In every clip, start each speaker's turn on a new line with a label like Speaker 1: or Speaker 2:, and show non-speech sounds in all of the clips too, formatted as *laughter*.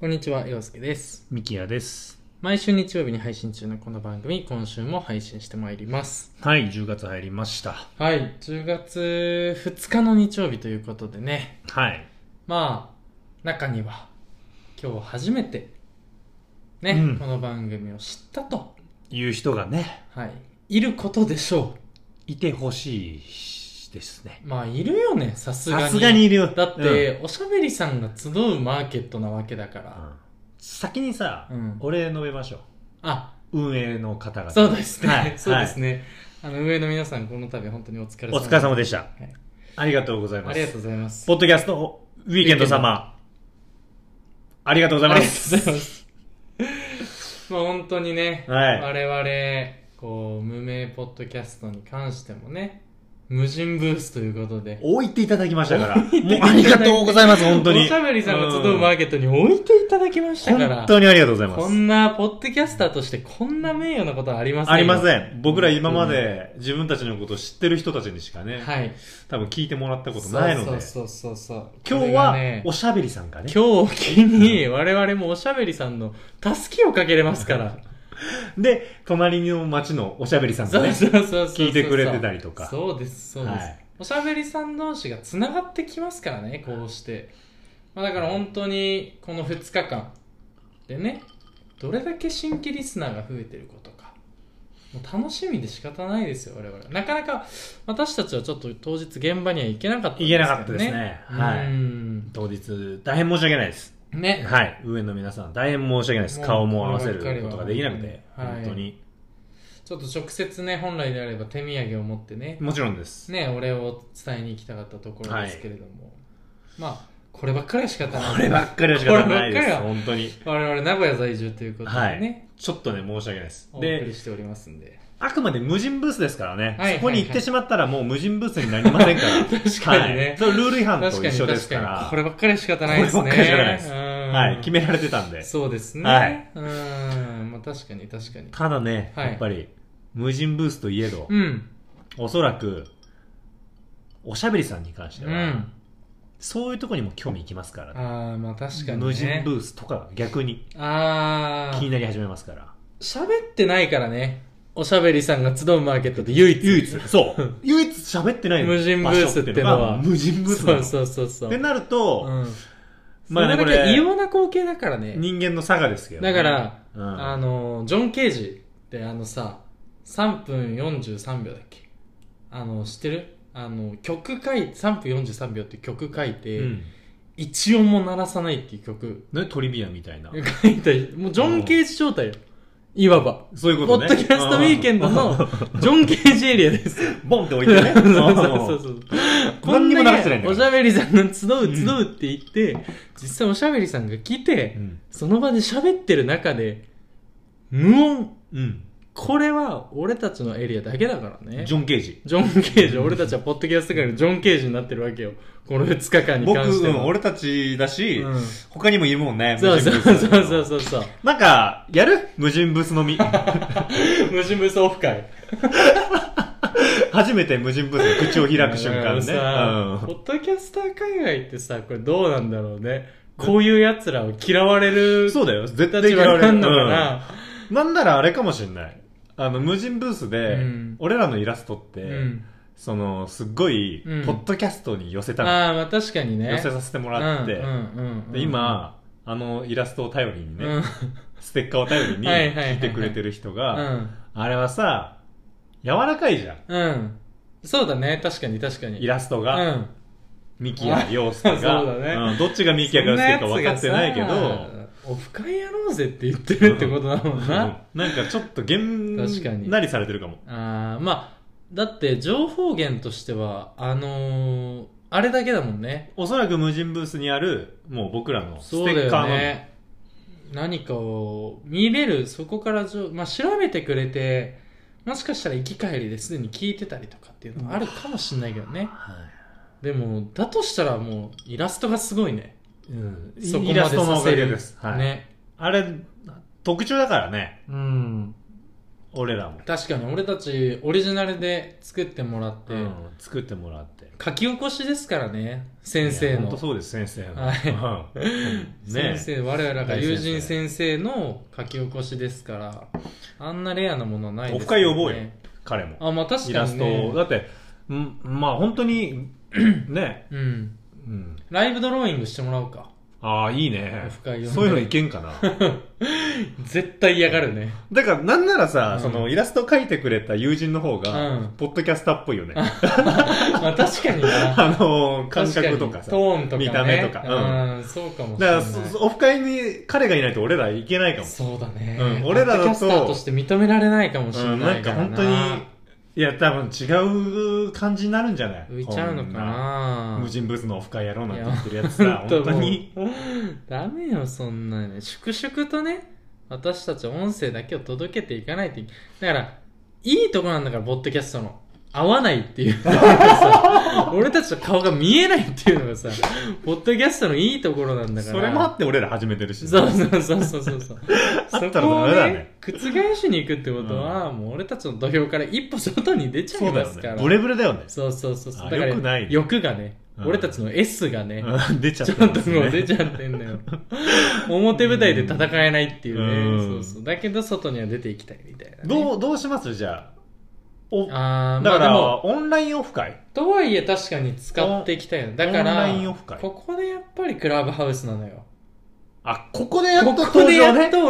Speaker 1: こんにちは、洋介です。
Speaker 2: ミキヤです。
Speaker 1: 毎週日曜日に配信中のこの番組、今週も配信してまいります。
Speaker 2: はい、10月入りました。
Speaker 1: はい、10月2日の日曜日ということでね、
Speaker 2: はい。
Speaker 1: まあ、中には、今日初めて、ね、
Speaker 2: うん
Speaker 1: この番組を知ったと、
Speaker 2: いう人がね、
Speaker 1: はい、いることでしょ
Speaker 2: いてほしいですね。
Speaker 1: う。まあ、いるよね、さすがに。
Speaker 2: さすがにいるよ。
Speaker 1: だって、おしゃべりさんが集うマーケットなわけだか
Speaker 2: うん、
Speaker 1: ら。
Speaker 2: うん先にさ、
Speaker 1: うん
Speaker 2: お礼述べましょ
Speaker 1: あ、
Speaker 2: う。運営の方々。
Speaker 1: そうですね。
Speaker 2: はい
Speaker 1: *laughs* そうですね。あの、上の皆さん、この度本当にお疲れ様。
Speaker 2: お疲れ様でしたた、
Speaker 1: い
Speaker 2: ありがとうございま
Speaker 1: あ
Speaker 2: す。
Speaker 1: りがとうございます。
Speaker 2: ポッドキャスト、ウィーケンド様。ありがとうござい
Speaker 1: あ
Speaker 2: ま
Speaker 1: りがとう
Speaker 2: す。
Speaker 1: ございます。まあ本当にね、
Speaker 2: はい
Speaker 1: 我々、こう、無名ポッドキャストに関してもね、無人ブースということで。
Speaker 2: 置いていただきましたから。もうありがとうございます、本当に。
Speaker 1: おしゃべりさんが集うマー
Speaker 2: ケ
Speaker 1: ケットに置いていただきましたから。
Speaker 2: 本当にありがとうございます。
Speaker 1: こんな、ポッドキャスターとしてこんな名誉なことはありませんよ。
Speaker 2: ありません。僕ら今まで自分たちのことを知ってる人たちにしかね、
Speaker 1: はい。
Speaker 2: 多分聞いてもらったことないので、
Speaker 1: そうそうそうそう。
Speaker 2: 今
Speaker 1: こ
Speaker 2: 日
Speaker 1: れが
Speaker 2: は
Speaker 1: ね
Speaker 2: おしゃべりさんがね、
Speaker 1: 今日を機に、我々もおしゃべりさんの助けをかけれますから。
Speaker 2: で、隣の町のおしゃべりさん
Speaker 1: そ
Speaker 2: が
Speaker 1: う
Speaker 2: ね、
Speaker 1: そうそうそう。
Speaker 2: 聞いてくれてたりとか
Speaker 1: そうです、そうです。
Speaker 2: はい
Speaker 1: おしゃべりさん同士が繋がってきますからね、こうして。まあ、だから本当に、この2日間でね、どれだけ新規リスナーが増えてることか。もう楽しみで仕方ないですよ、我々。なかなか、私たちはちょっと当日現場には行けなかったんですけどね。
Speaker 2: 行けなかったですねはい
Speaker 1: うん
Speaker 2: 当日大変申し訳ないです。
Speaker 1: ね。
Speaker 2: はい。上の皆さん大変申し訳ないです。
Speaker 1: もう
Speaker 2: 顔も合わせることができなくて、
Speaker 1: はい
Speaker 2: 本当に。
Speaker 1: ちょっと直接ね、本来であれば手土産を持ってね、
Speaker 2: もちろんです。
Speaker 1: ね、お礼を伝えに行きたかったところですけれども、まあ、こればっかりは仕方ない。
Speaker 2: こればっかりは仕方ないで
Speaker 1: こればっか
Speaker 2: す。
Speaker 1: りは
Speaker 2: 本当に。
Speaker 1: 我々名古屋在住ということで
Speaker 2: はい
Speaker 1: ね、。
Speaker 2: ちょっとね、申し訳ないです。
Speaker 1: お送
Speaker 2: で
Speaker 1: り、しておりますんで。
Speaker 2: あくまで無人ブースですからね、
Speaker 1: はい
Speaker 2: そこに行
Speaker 1: は
Speaker 2: っ
Speaker 1: いは
Speaker 2: て
Speaker 1: い
Speaker 2: しまったらもう無人ブースになりませんから。
Speaker 1: 確かにね
Speaker 2: はいそれルール違反と
Speaker 1: 確か
Speaker 2: 一
Speaker 1: に
Speaker 2: 緒で
Speaker 1: 確
Speaker 2: すか
Speaker 1: かに。
Speaker 2: ら。
Speaker 1: こればっかりは仕方ないですね。
Speaker 2: こればっかりは仕方ないです
Speaker 1: うん
Speaker 2: はい、決められてたんで。
Speaker 1: そうですね。
Speaker 2: はい
Speaker 1: うん、まあ確かに確かに。
Speaker 2: ただね、
Speaker 1: はい
Speaker 2: やっぱり、無人ブースといえど、
Speaker 1: うん、
Speaker 2: おそらく、おしゃべりさんに関して
Speaker 1: う
Speaker 2: は、
Speaker 1: ん。
Speaker 2: そういうとこにも興味いきますから、ね
Speaker 1: ああ、まあ確かに、ね。
Speaker 2: 無人ブースとかが逆に
Speaker 1: ああ
Speaker 2: 気、になり始めま
Speaker 1: *laughs*
Speaker 2: すから。
Speaker 1: 喋ってないからね。おしゃべりさんが集うマーケットで唯一。
Speaker 2: 唯一、そう。唯一喋ってない
Speaker 1: 無人ブースってのは
Speaker 2: 場所っていうのが無人ブースな
Speaker 1: そ
Speaker 2: の
Speaker 1: うそうそうそう。
Speaker 2: ってなると、
Speaker 1: うん。
Speaker 2: まあね
Speaker 1: それ
Speaker 2: こ
Speaker 1: だけ
Speaker 2: れ
Speaker 1: 異様な光景だからね。
Speaker 2: 人間の差がですけど、ね。
Speaker 1: だから、
Speaker 2: うん
Speaker 1: あの、ジョン・ケージってあのさ、3分43秒だっけあの、知ってるあの、曲書い、3分43秒って曲書いて、
Speaker 2: うん
Speaker 1: 一音も鳴らさないっていう曲
Speaker 2: ね、トリビアみたいな。
Speaker 1: 書いたり、もうジョン・ケージ状態よ。いわば。
Speaker 2: そういう
Speaker 1: ポ
Speaker 2: こと
Speaker 1: ッ
Speaker 2: ね。
Speaker 1: ドキャストウィーケンドのジョン・ケージエリアです。
Speaker 2: ボンって置いて
Speaker 1: *laughs*
Speaker 2: ね。
Speaker 1: そうそうそう。こん
Speaker 2: 何にも
Speaker 1: だ
Speaker 2: 流してないん
Speaker 1: け
Speaker 2: だから
Speaker 1: おしゃべりさんが集う集うって言って、実際おしゃべりさんが来て、
Speaker 2: うん。
Speaker 1: その場で喋ってる中で、無音。
Speaker 2: うん。
Speaker 1: これは俺たちのエリアだけだからね。
Speaker 2: ジョン・ケージ。
Speaker 1: ジョン・ケージ、俺たちはポッドキャスト界のジョン・ケージになってるわけよ。この2日間に
Speaker 2: 僕、
Speaker 1: 関して
Speaker 2: う
Speaker 1: は。
Speaker 2: ん、俺たちだし、
Speaker 1: うん
Speaker 2: 他にもいるもんね。
Speaker 1: そうそう
Speaker 2: 無人ブー
Speaker 1: そ
Speaker 2: ス
Speaker 1: うそうそうそう。
Speaker 2: なんか、やる無人ブース
Speaker 1: *laughs*
Speaker 2: 飲み。
Speaker 1: 無人無双オフ会。
Speaker 2: 初めて無人ブースで口を開く瞬
Speaker 1: *laughs* だ
Speaker 2: 間
Speaker 1: からさ
Speaker 2: ね。
Speaker 1: ポッドキャスター海外ってさ、これどうなんだろうね。こういう奴らを嫌われ
Speaker 2: う
Speaker 1: る
Speaker 2: ん。そうだよ。絶対
Speaker 1: 立
Speaker 2: 嫌
Speaker 1: 場
Speaker 2: われる。
Speaker 1: なんのかな。
Speaker 2: うんなんならあれかもしんない。あの、無人ブースで
Speaker 1: うん、
Speaker 2: 俺らのイラストって、
Speaker 1: うん。
Speaker 2: その、すっごい
Speaker 1: うん、
Speaker 2: ポッドキャストに寄せたの、
Speaker 1: ああ、まあ確かにね。
Speaker 2: 寄せさせてもらって、
Speaker 1: うんうんうんうん
Speaker 2: で、今、あのイラストを頼りにね、
Speaker 1: うん
Speaker 2: ステッカーを頼りに
Speaker 1: はいはいはいはい
Speaker 2: 聞いてくれてる人
Speaker 1: う
Speaker 2: が、
Speaker 1: ん。
Speaker 2: あれはさ、柔らかいじゃん。
Speaker 1: うん。そうだね。確かに確かに。
Speaker 2: イラスト
Speaker 1: う
Speaker 2: が、
Speaker 1: ん。
Speaker 2: ミキや洋介が、
Speaker 1: *laughs* そうだね
Speaker 2: んどっちがミキや洋介か分かってないけ
Speaker 1: そんや
Speaker 2: ど、
Speaker 1: つがさ。オフ会やろうぜって言ってるってことだもんな。
Speaker 2: うんなんかちょっとげん
Speaker 1: 確かに
Speaker 2: なりされてるかも。
Speaker 1: あーまあ、だって情報源としては、あのー、あれだけだもんね。
Speaker 2: おそらく無人ブースにある、もう僕らのステ
Speaker 1: そうだ
Speaker 2: ッカー
Speaker 1: よ
Speaker 2: の、
Speaker 1: ね。何かを見れる、そこからじょ、まあ、調べてくれて、もしかしたら行き帰りですでに聞いてたりとかっていうのはあるかもしんないけどね。
Speaker 2: は
Speaker 1: でも、だとしたらもう、イラストがすごいね。
Speaker 2: いうん、
Speaker 1: そこ
Speaker 2: イ
Speaker 1: まで
Speaker 2: ラストの
Speaker 1: さ
Speaker 2: お
Speaker 1: せ
Speaker 2: か
Speaker 1: る
Speaker 2: げです。はい
Speaker 1: ね。
Speaker 2: あれ、特徴だからね。
Speaker 1: うん。
Speaker 2: 俺らも、
Speaker 1: 確かに俺たちオリジナルで作ってもらって、
Speaker 2: うん、作ってもらって
Speaker 1: 書き起こしですからね先
Speaker 2: い
Speaker 1: 生
Speaker 2: やほん
Speaker 1: の
Speaker 2: とそうです先生の、
Speaker 1: は *laughs*
Speaker 2: うんね
Speaker 1: 先生我々が友人
Speaker 2: 大
Speaker 1: 先生の書き起こしですからあんなレアなものはないです
Speaker 2: オフ会呼ぼうよ彼も
Speaker 1: あまあ確かに、ね、
Speaker 2: イラストをだってんまあ本当に *clears throat* ね、
Speaker 1: うん
Speaker 2: うん、
Speaker 1: ライブドローイングしてもらおうか
Speaker 2: ああいいね
Speaker 1: オフ会呼んで
Speaker 2: そういうのいけんかな *laughs*
Speaker 1: 絶対嫌がるね
Speaker 2: だからなんならさ、
Speaker 1: うん
Speaker 2: そのイラスト描いてくれた友人の方が、
Speaker 1: うん
Speaker 2: ポッドキャスターっぽい
Speaker 1: *laughs*
Speaker 2: よね
Speaker 1: まあ確かにな
Speaker 2: あのー *laughs* 感覚と
Speaker 1: 確
Speaker 2: か
Speaker 1: に
Speaker 2: さ
Speaker 1: トーンとか、ね、
Speaker 2: 見た目とか
Speaker 1: うん、そうかもし
Speaker 2: だ
Speaker 1: れ
Speaker 2: か
Speaker 1: ない
Speaker 2: らそそオフ会に彼がいないと俺らいけないかも
Speaker 1: そうだね、
Speaker 2: うん俺らだと
Speaker 1: ポッドキャスターとして認められないかもし
Speaker 2: う
Speaker 1: れ
Speaker 2: ん、
Speaker 1: な
Speaker 2: ないん
Speaker 1: か
Speaker 2: から
Speaker 1: な、
Speaker 2: 本当にいや多分違う感じになるんじゃない
Speaker 1: 浮いちゃうのか
Speaker 2: こん
Speaker 1: な
Speaker 2: 無人ブースのオフ会やろうなんて言ってるやつ
Speaker 1: *laughs*
Speaker 2: さ
Speaker 1: 本
Speaker 2: 本
Speaker 1: 当
Speaker 2: 当
Speaker 1: に
Speaker 2: に
Speaker 1: ダメよそんなね粛々とね私たち音声だけを届けていかないといけだからいいとこなんだからボッドキャストの合わないっていう *laughs* さ俺たちの顔が見えないっていうのがさボッドキャストのいいところなんだから
Speaker 2: それもあって俺ら始めてるしね、
Speaker 1: そうそうそうそうそうそう
Speaker 2: *laughs* あったら
Speaker 1: そこを
Speaker 2: ダメだね
Speaker 1: 覆しに行くってことは、もう俺たちの土俵から一歩外に出ちゃ
Speaker 2: そ
Speaker 1: いうま
Speaker 2: だよ
Speaker 1: すか
Speaker 2: ね
Speaker 1: ら
Speaker 2: ブレブレだよね
Speaker 1: そうそうそうそう
Speaker 2: あ
Speaker 1: だから
Speaker 2: 良くないね
Speaker 1: 欲がね、
Speaker 2: うん
Speaker 1: 俺たちの S がね、
Speaker 2: うん出ちゃっ
Speaker 1: ち
Speaker 2: て
Speaker 1: ょっ
Speaker 2: ま
Speaker 1: と
Speaker 2: す
Speaker 1: も
Speaker 2: ね
Speaker 1: う出ちゃってんだ
Speaker 2: *laughs*
Speaker 1: よ表舞台で戦えないっていうね、
Speaker 2: うん
Speaker 1: そうそうだけど外には出ていきたいみたいなね、
Speaker 2: どうどうしますじゃあおだ
Speaker 1: あーま
Speaker 2: か
Speaker 1: あで
Speaker 2: ら、
Speaker 1: も
Speaker 2: オンラインオフ会
Speaker 1: とはいえ確かに使っていきたいのだか
Speaker 2: オ
Speaker 1: ら
Speaker 2: ンラインオフ会
Speaker 1: ここでやっぱりクラブハウスなのよ
Speaker 2: あここでやっと
Speaker 1: ここでやっと
Speaker 2: 登場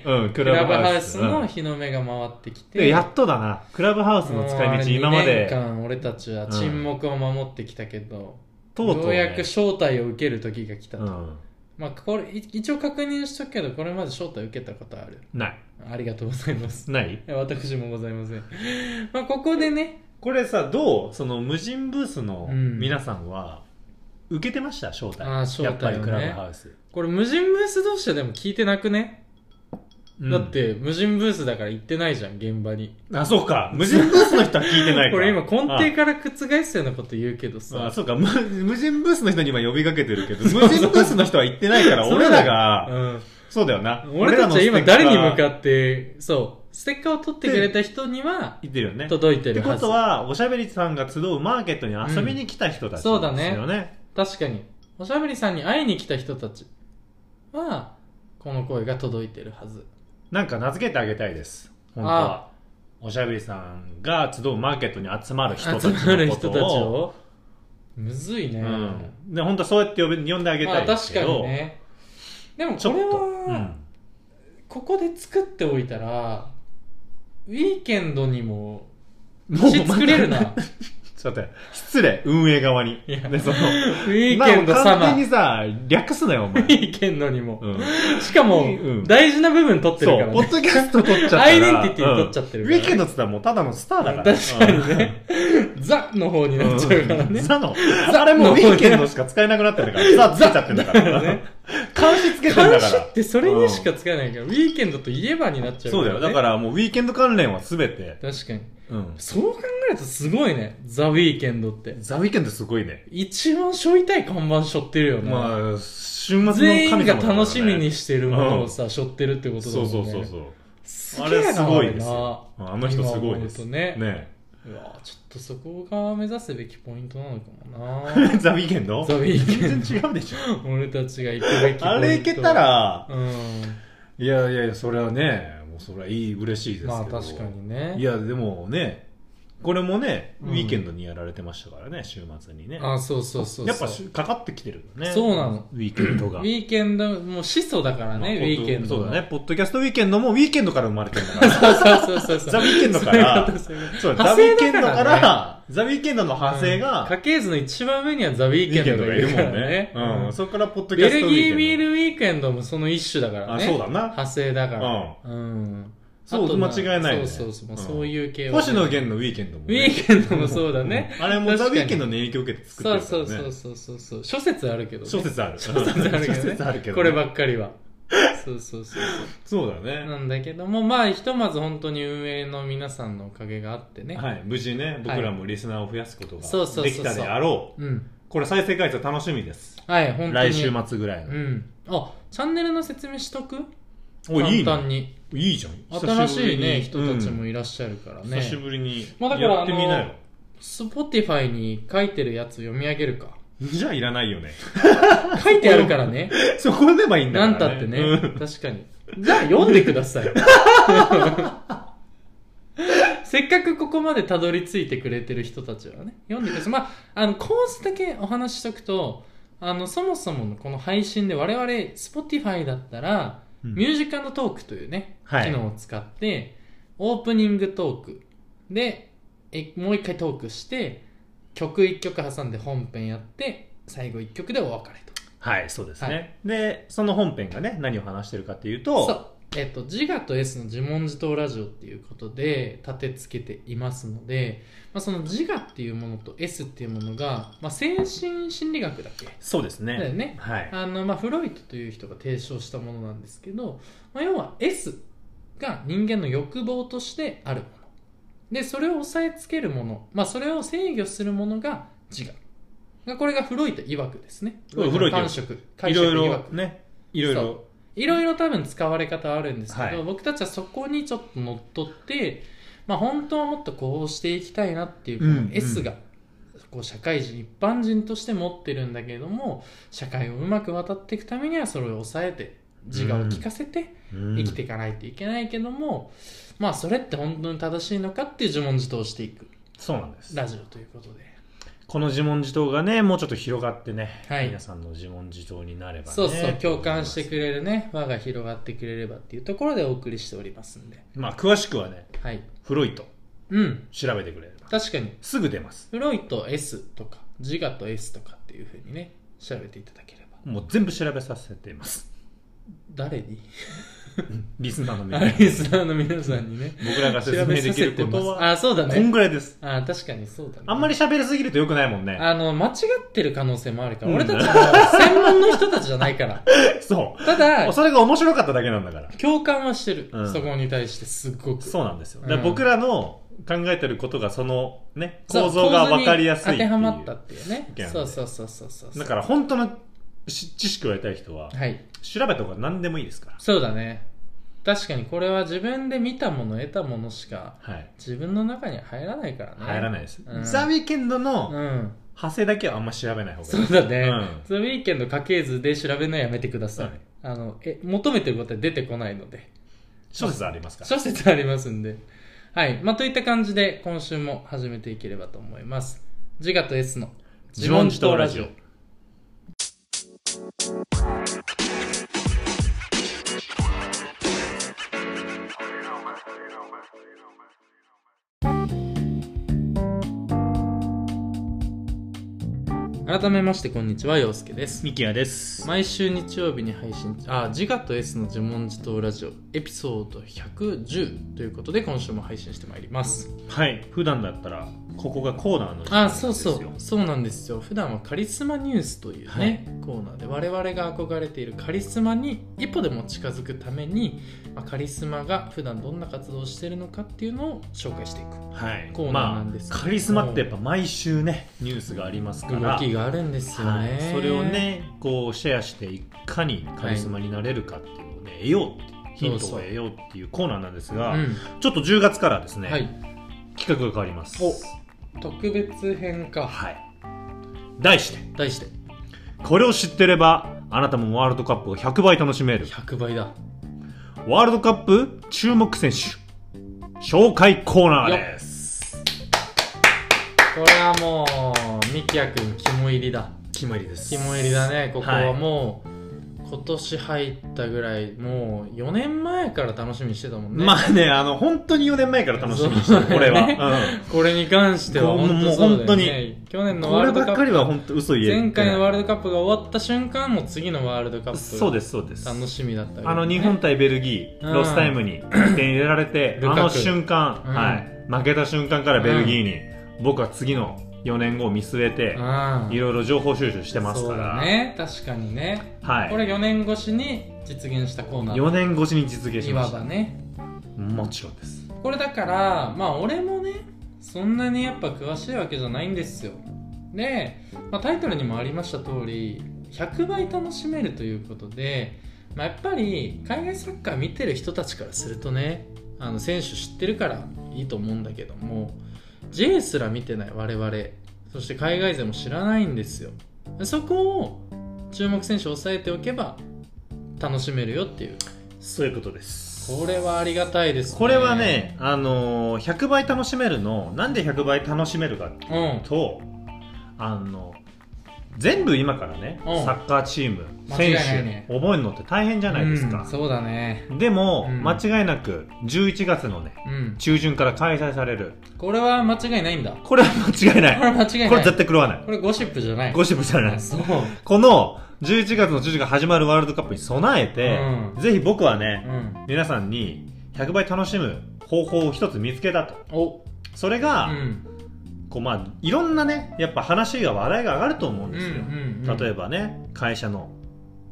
Speaker 1: 俺たちに
Speaker 2: あーうん、ク
Speaker 1: クラ
Speaker 2: ラ
Speaker 1: ブ
Speaker 2: ブ
Speaker 1: ハ
Speaker 2: ハ
Speaker 1: ウ
Speaker 2: ウ
Speaker 1: ス
Speaker 2: ス
Speaker 1: の
Speaker 2: うん
Speaker 1: 日の目が回ってきて、
Speaker 2: でやっとだなクラブハウスの使い道今ま
Speaker 1: 2年
Speaker 2: で
Speaker 1: 間俺たちは沈黙を守ってきたけど、
Speaker 2: とうとう、ね、
Speaker 1: ようやく招待を受ける時が来たと、
Speaker 2: うん、
Speaker 1: まあこれい一応確認しとくけどこれまで招待受けたことある
Speaker 2: ない
Speaker 1: ありがとうございます
Speaker 2: ない
Speaker 1: 私もございませんまあここでね
Speaker 2: これさどうその無人ブースの
Speaker 1: うん
Speaker 2: 皆さんは、受けてました招待
Speaker 1: あー招待を
Speaker 2: や
Speaker 1: ね
Speaker 2: っぱりクラブハウス、
Speaker 1: これ無人ブース同士はでも聞いてなくね、
Speaker 2: うん
Speaker 1: だって無人ブースだから行ってないじゃん現場に
Speaker 2: あそうか無人ブースの人は聞いてないから
Speaker 1: *laughs* これ今根底から覆すようなこと言うけど
Speaker 2: あ
Speaker 1: さ
Speaker 2: そうか無無人ブースの人に今呼びかけてるけど無人ブースの人は行ってないから
Speaker 1: それだ
Speaker 2: 俺ら
Speaker 1: よ
Speaker 2: が
Speaker 1: うん
Speaker 2: そうだよな
Speaker 1: 俺たちは今誰に向
Speaker 2: って
Speaker 1: かってそうステッカーを取ってくれた人には
Speaker 2: 行ってるよねっ
Speaker 1: 届いて
Speaker 2: て
Speaker 1: る
Speaker 2: こ
Speaker 1: はず
Speaker 2: とはおしゃべりさんが集うマーケットに遊びに来た人たちです
Speaker 1: うんそ
Speaker 2: よ
Speaker 1: うだね
Speaker 2: ね,、
Speaker 1: 確かにおしゃべりさんに会いに来た人たちはこの声が届いてるはず
Speaker 2: なんか名付けてあげたいです本当はおしゃべりさんが集うマーケットに集まる人たち
Speaker 1: 集まる
Speaker 2: のこ
Speaker 1: 人
Speaker 2: と
Speaker 1: たち
Speaker 2: を
Speaker 1: をむずいね、
Speaker 2: うん、で本当はそうやって呼び呼んであげ
Speaker 1: ま
Speaker 2: た
Speaker 1: あ
Speaker 2: いです
Speaker 1: 確
Speaker 2: け
Speaker 1: か
Speaker 2: ど、
Speaker 1: にねでも
Speaker 2: ち
Speaker 1: こ
Speaker 2: ょっ
Speaker 1: れ
Speaker 2: と、う
Speaker 1: は
Speaker 2: ん、
Speaker 1: ここで作っておいたらウィーケンドにも
Speaker 2: もう
Speaker 1: し作れる
Speaker 2: *laughs*
Speaker 1: な
Speaker 2: ちょっと待って失礼運営側に
Speaker 1: いや
Speaker 2: でその
Speaker 1: ウィーケンド
Speaker 2: 今完
Speaker 1: 様
Speaker 2: 全
Speaker 1: ウ
Speaker 2: にさ略すなよお前、
Speaker 1: ィーケンドにも
Speaker 2: うん、
Speaker 1: しかも
Speaker 2: うん
Speaker 1: 大事な部分取ってる
Speaker 2: そ
Speaker 1: か
Speaker 2: う
Speaker 1: ら
Speaker 2: ポ
Speaker 1: ね
Speaker 2: ッドキャスト取っちゃったら
Speaker 1: *laughs* アイデンティティ取っちゃってる
Speaker 2: う
Speaker 1: か
Speaker 2: ん
Speaker 1: ら
Speaker 2: ウィーケンドっつったらもうただのスターだから
Speaker 1: 確かにねザの方に
Speaker 2: うん
Speaker 1: なっちゃうからね
Speaker 2: ザのあれもうウィーケンドしか使えなくなってるからザつけちゃってんだから
Speaker 1: ね
Speaker 2: 監視つけてん
Speaker 1: 監
Speaker 2: だか
Speaker 1: 視
Speaker 2: ら
Speaker 1: ってそれにしか使えないから、ウィーケンドといえばになっちゃう
Speaker 2: そうだよだ
Speaker 1: ね
Speaker 2: からもうウィーケンド関連は全て、
Speaker 1: 確かに
Speaker 2: うん、
Speaker 1: そう考えるとすごいねザ・ウィーケンドって
Speaker 2: ザウィーケンドすごいね
Speaker 1: 一番背負いたい看板背負ってるよね、
Speaker 2: まあ週末の
Speaker 1: 全
Speaker 2: 神様
Speaker 1: 員
Speaker 2: だ
Speaker 1: が
Speaker 2: からね
Speaker 1: 楽しみにしてるものをさ、背負ってるってことだも
Speaker 2: そ
Speaker 1: ん
Speaker 2: う
Speaker 1: ね
Speaker 2: そうそうそうう
Speaker 1: す
Speaker 2: あ
Speaker 1: げえ
Speaker 2: れ
Speaker 1: な
Speaker 2: すごいです
Speaker 1: あ
Speaker 2: ようんあの人すごいです
Speaker 1: 今思うとね
Speaker 2: ね
Speaker 1: れなうわちょっとそこが目指すべきポイントなのかも
Speaker 2: ザウィーケンド
Speaker 1: ザウィーケンド
Speaker 2: 全然違うで
Speaker 1: *laughs*
Speaker 2: しょ
Speaker 1: な *laughs* 俺たちが行くべきポイント
Speaker 2: あれいけたら
Speaker 1: うん
Speaker 2: いやいやいやそれはねもうそれはいい嬉しいですけど
Speaker 1: まあ確かにね
Speaker 2: いやでもねこれもね、
Speaker 1: うん
Speaker 2: ウィーケンドにやられてましたからね週末にね
Speaker 1: あそうそうそうそう
Speaker 2: やっぱしかかってきてるんだね
Speaker 1: そうなの
Speaker 2: ウィーケンドが
Speaker 1: ウィーケンドもう始祖だから
Speaker 2: まあ
Speaker 1: ね、ウィーケンド
Speaker 2: そ
Speaker 1: の
Speaker 2: うだねポッドキャストウィーケンドもウィーケンドから生まれてるんだから
Speaker 1: *laughs* そうそうそうそう
Speaker 2: ザウィーケンドから
Speaker 1: そういうことそうい
Speaker 2: そ
Speaker 1: ううこ
Speaker 2: ザ
Speaker 1: と
Speaker 2: ウィーケン
Speaker 1: 派
Speaker 2: ドか
Speaker 1: 生だね
Speaker 2: らザウィーケンドの派生
Speaker 1: うん
Speaker 2: が
Speaker 1: 家系図の一番上にはザ・ウィー
Speaker 2: ウィー
Speaker 1: ケ
Speaker 2: ケ
Speaker 1: ン
Speaker 2: ン
Speaker 1: ド
Speaker 2: ド
Speaker 1: が
Speaker 2: が
Speaker 1: い
Speaker 2: い
Speaker 1: る
Speaker 2: る
Speaker 1: か
Speaker 2: も
Speaker 1: ら
Speaker 2: んね
Speaker 1: ね、
Speaker 2: うんそこからポッドキャ
Speaker 1: ベ
Speaker 2: スト
Speaker 1: ル
Speaker 2: ウィーケン
Speaker 1: ギー
Speaker 2: ド
Speaker 1: ビールウィーケンドもその一種だから
Speaker 2: あ
Speaker 1: ね
Speaker 2: そうだな
Speaker 1: 派生だからうん
Speaker 2: そう
Speaker 1: あとまあ
Speaker 2: 間違いないね
Speaker 1: そうそうそう、まあ
Speaker 2: うん
Speaker 1: そういう系はね
Speaker 2: 星野源のウィーケンドも
Speaker 1: ウ
Speaker 2: ね、
Speaker 1: ィーケンドもそうだね
Speaker 2: うんあれもザ・
Speaker 1: 確
Speaker 2: ウ
Speaker 1: かに
Speaker 2: ィーケンドの影響を受けて作っ
Speaker 1: そう
Speaker 2: てるから
Speaker 1: そ
Speaker 2: ね
Speaker 1: うそうそうそうそう諸説あるけど、ね、
Speaker 2: 小説ある
Speaker 1: 諸説あるけど,、ね、
Speaker 2: 諸説あるけどね
Speaker 1: こればっかりはそうそうそうそう
Speaker 2: そうだね、
Speaker 1: なんだけども、まあ、ひとまず本当に運営の皆さんのおかげがあってね。
Speaker 2: はい、無事ね僕らもリスナーを増やすこと
Speaker 1: そうそうそうそう
Speaker 2: ができたであろう
Speaker 1: うん。
Speaker 2: これ再生回数楽しみです
Speaker 1: はい、本当に。
Speaker 2: 来週末ぐらいの
Speaker 1: う、ん。あ、チャンネルの説明しとく
Speaker 2: おいい
Speaker 1: 簡
Speaker 2: ね
Speaker 1: 単に。
Speaker 2: いいじゃん
Speaker 1: 新しいね、
Speaker 2: 久ぶ
Speaker 1: 人
Speaker 2: りに
Speaker 1: たちも
Speaker 2: うん
Speaker 1: いらっしゃるから
Speaker 2: 久し
Speaker 1: ね。
Speaker 2: ぶりに
Speaker 1: まあだから
Speaker 2: やってみなよ、
Speaker 1: Spotify に書いてるやつ読み上げ
Speaker 2: *laughs*
Speaker 1: るか。
Speaker 2: じゃあいらないよね *laughs*
Speaker 1: 書いてあるからね。
Speaker 2: そこでばいいんだか
Speaker 1: な
Speaker 2: ら、ね、
Speaker 1: んたってね
Speaker 2: うん。
Speaker 1: 確かに。じゃあ読んでくだ
Speaker 2: *laughs*
Speaker 1: さい。せっかくここまでたどり着いてくれてる人たちはね、読んでください。まあ、あの、コースだけお話ししとくと、あの、そもそものこの配信で我々、Spotify だったら、
Speaker 2: うん
Speaker 1: ミュージカルトークというね、
Speaker 2: はい
Speaker 1: 機能を使って、オープニングトークで、えもう一回トークして、曲一曲挟んで本編やって、最後一曲でお別れと。
Speaker 2: はいそうですね、
Speaker 1: は
Speaker 2: でその本編がね何を話してるかっていうと
Speaker 1: そう。えっと、自我と S の自問自答ラジオっていうことで立てつけていますので、まあ、その自我っていうものと S っていうものが、まあ、精神心理学だっけ
Speaker 2: そうですね
Speaker 1: だよね
Speaker 2: はい
Speaker 1: あの、まあ、フロイトという人が提唱したものなんですけど、まあ、要は S が人間の欲望としてあるものでそれを抑えつけるもの、まあ、それを制御するものが自我これがフロイト曰くですね
Speaker 2: うんフロイト
Speaker 1: の感触
Speaker 2: い
Speaker 1: 解釈
Speaker 2: ろい
Speaker 1: 曰
Speaker 2: ろ
Speaker 1: く
Speaker 2: ねいろい
Speaker 1: そ
Speaker 2: ろ
Speaker 1: いろいろ多分使われ方あるんですけど、
Speaker 2: はい
Speaker 1: 僕たちはそこにちょっと乗っ取って、まあ、本当はもっとこうしていきたいなっていうこ
Speaker 2: うんう
Speaker 1: の
Speaker 2: ん
Speaker 1: S が、こう社会人一般人として持ってるんだけれども社会をうまく渡っていくためにはそれを抑えて自我を聞かせて
Speaker 2: 生
Speaker 1: 生きていかないといけないけども、まあそれって本当に正しいのかっていう自問自答をしていく
Speaker 2: そうなんです
Speaker 1: ラジオということで
Speaker 2: この自問自答がねもうちょっと広がってね、
Speaker 1: はい
Speaker 2: 皆さんの自問自答になればね
Speaker 1: そうそう共感してく
Speaker 2: れ
Speaker 1: れるね輪が広がってくれればっていうところでお送りしておりますんで
Speaker 2: まあ詳しくはね
Speaker 1: はい
Speaker 2: フロイト
Speaker 1: うん
Speaker 2: 調べてくれれば
Speaker 1: 確かに
Speaker 2: すぐ出ます
Speaker 1: フロイト S とか自我と S とかっていうふうにね調べていただければ
Speaker 2: もう全部調べさせてます
Speaker 1: 誰
Speaker 2: *laughs*
Speaker 1: に
Speaker 2: リスナーの皆
Speaker 1: ア
Speaker 2: さ
Speaker 1: *laughs*
Speaker 2: ん
Speaker 1: リスナーの皆さんにね
Speaker 2: 僕らが説
Speaker 1: 調
Speaker 2: 明
Speaker 1: べ
Speaker 2: で
Speaker 1: さ
Speaker 2: き
Speaker 1: せ
Speaker 2: る
Speaker 1: て
Speaker 2: こ
Speaker 1: ま
Speaker 2: と
Speaker 1: す
Speaker 2: は
Speaker 1: あそうだ
Speaker 2: こん
Speaker 1: ね
Speaker 2: ぐらいです
Speaker 1: あ確かにそうだね
Speaker 2: あんまり喋りすぎるとよくないもんね
Speaker 1: あの間違ってる可能性もあるから、
Speaker 2: うん
Speaker 1: 俺たちは専門の人たちじゃないから
Speaker 2: そ
Speaker 1: ただ
Speaker 2: うそれが面白かっただけなんだから
Speaker 1: 共感はしてる、
Speaker 2: うん
Speaker 1: そこに対してすごく
Speaker 2: そうなんですよだか
Speaker 1: う
Speaker 2: ら
Speaker 1: ん
Speaker 2: 僕らの考えてることがそのね
Speaker 1: そう
Speaker 2: 構造が分かりやすい
Speaker 1: 構図に
Speaker 2: ってい
Speaker 1: 当
Speaker 2: う
Speaker 1: てはまったっていうね
Speaker 2: 意見なんで
Speaker 1: そうそうそうそうそう
Speaker 2: だから本当のし知識を得たい人は
Speaker 1: はい
Speaker 2: 調べた方が何でもいいですから
Speaker 1: そうだね確かにこれは自分で見たもの得たものしか
Speaker 2: はい
Speaker 1: 自分の中には入らないからね
Speaker 2: 入らないです、
Speaker 1: うん
Speaker 2: ザ・ウィーケンドの
Speaker 1: うん
Speaker 2: 派生だけはあんま調べない方が
Speaker 1: そ
Speaker 2: いうい
Speaker 1: だね、
Speaker 2: うん
Speaker 1: そのウィーケンド家系図で調べるのやめてください、
Speaker 2: はい
Speaker 1: あのえ求めてることは出てこないので
Speaker 2: 諸説ありますから
Speaker 1: 諸説ありますんではいまあといった感じで今週も始めていければと思います自我と S の
Speaker 2: 自問自答ラジオ
Speaker 1: 改めましてこんにちは陽介です
Speaker 2: ミキヤです
Speaker 1: 毎週日曜日に配信あ自我と S の自問自答ラジオエピソード110ということで今週も配信してまいります
Speaker 2: はい普段だったらここがコーナーの時間なん
Speaker 1: あ
Speaker 2: です
Speaker 1: そ
Speaker 2: よ
Speaker 1: うそうそうなんですよ普段はカリスマニュースというね、コーナーで我々が憧れているカリスマに一歩でも近づくために、まあ、カリスマが普段どんな活動をしているのかっていうのを紹介していく
Speaker 2: はい
Speaker 1: コーナーなんですけど
Speaker 2: まあ、カリスマってやっぱ毎週ねニュースがありますから
Speaker 1: 動きがあるんですよね、
Speaker 2: はい、それをねこうシェアしていかにカリスマになれるかっていうのをね、得ようっていうヒントを得ようっていうコーナーなんです
Speaker 1: う
Speaker 2: が、
Speaker 1: ん
Speaker 2: ちょっと10月からですね、
Speaker 1: はい
Speaker 2: 企画が変わります
Speaker 1: お特別編か
Speaker 2: はい題して
Speaker 1: 題して
Speaker 2: これを知ってればあなたもワールドカップを100倍楽しめる
Speaker 1: 100倍だ
Speaker 2: ワールドカップ注目選手紹介コーナーです
Speaker 1: これはもうミキヤ君肝入りだ
Speaker 2: 決まりです
Speaker 1: 肝入りだねここ
Speaker 2: は
Speaker 1: はいもう、今年入ったぐらいもう4年前から楽しみにしてたもんね
Speaker 2: まあねあの本当に4年前から楽しみにしてる
Speaker 1: そう
Speaker 2: これは、
Speaker 1: ね
Speaker 2: うん
Speaker 1: これに関しては
Speaker 2: こう
Speaker 1: 本
Speaker 2: も
Speaker 1: 当
Speaker 2: う
Speaker 1: そう
Speaker 2: 本
Speaker 1: だ
Speaker 2: 当
Speaker 1: よ
Speaker 2: に
Speaker 1: ね去 *laughs* 年の
Speaker 2: こ
Speaker 1: ワー
Speaker 2: れ
Speaker 1: ル
Speaker 2: ば
Speaker 1: ド
Speaker 2: っ
Speaker 1: カ
Speaker 2: かり
Speaker 1: ッ
Speaker 2: は本当嘘
Speaker 1: プ
Speaker 2: 言え
Speaker 1: 前回のワールド
Speaker 2: カ
Speaker 1: カップが終わった瞬間もう次のワールドカップ
Speaker 2: そうですそうです
Speaker 1: 楽しみだった
Speaker 2: あの日本
Speaker 1: と
Speaker 2: 対ベルギ
Speaker 1: う
Speaker 2: ー
Speaker 1: ん
Speaker 2: ロスタイムに1点入れられて
Speaker 1: *coughs* ルカ
Speaker 2: あ
Speaker 1: ク
Speaker 2: の瞬間、
Speaker 1: うん
Speaker 2: はい、負けた瞬間からベルギーに、僕は次の4年後を見据えて、い
Speaker 1: っ
Speaker 2: ろいろ情報収集してますか
Speaker 1: そう
Speaker 2: ら、
Speaker 1: だね確かにね
Speaker 2: はい、
Speaker 1: これ4年越しに実現したコーナー
Speaker 2: 4年越しに実現し
Speaker 1: い
Speaker 2: ま
Speaker 1: わ
Speaker 2: した
Speaker 1: ばね
Speaker 2: もちろんです
Speaker 1: これだからまあ俺もねそんなにやっぱ詳しいわけじゃないんですよで、まあ、タイトルにもありました通り100倍楽しめるということでまあ、やっぱり海外サッカー見てる人たちからするとねあの選手知ってるからいいと思うんだけども J すら見てない我々そして海外勢も知らないんですよそこを注目選手を抑えておけば楽しめるよっていう
Speaker 2: そういうことです
Speaker 1: これはありがたいですね
Speaker 2: これはね、あのー100倍楽しめるのなんで100倍楽しめるかっていう
Speaker 1: うん
Speaker 2: とあの全部今からね、
Speaker 1: うん
Speaker 2: サッカーチーム
Speaker 1: 間違い
Speaker 2: 選
Speaker 1: ないね
Speaker 2: 手覚えるのって大変じゃないです
Speaker 1: うん
Speaker 2: か、
Speaker 1: そうだね
Speaker 2: でも、
Speaker 1: うん
Speaker 2: 間違いなく11月のね
Speaker 1: うん
Speaker 2: 中旬から開催される
Speaker 1: これは間違いないんだこ
Speaker 2: これは間違いな
Speaker 1: れはい間違いない
Speaker 2: これ絶対狂わない
Speaker 1: これゴシップじゃない
Speaker 2: ゴシップじゃない
Speaker 1: あそう
Speaker 2: この11月の中旬が始まるワールドカップに備えて、
Speaker 1: う
Speaker 2: ぜひ僕は
Speaker 1: う
Speaker 2: ね、
Speaker 1: ん
Speaker 2: 皆さんに100倍楽しむ方法を一つ見つけたと
Speaker 1: お
Speaker 2: それ
Speaker 1: う
Speaker 2: が、
Speaker 1: ん
Speaker 2: こうまあいろんなねやっぱ話が笑いが上がると思うん
Speaker 1: うん
Speaker 2: です
Speaker 1: う
Speaker 2: よ、
Speaker 1: ん
Speaker 2: 例えばね会社の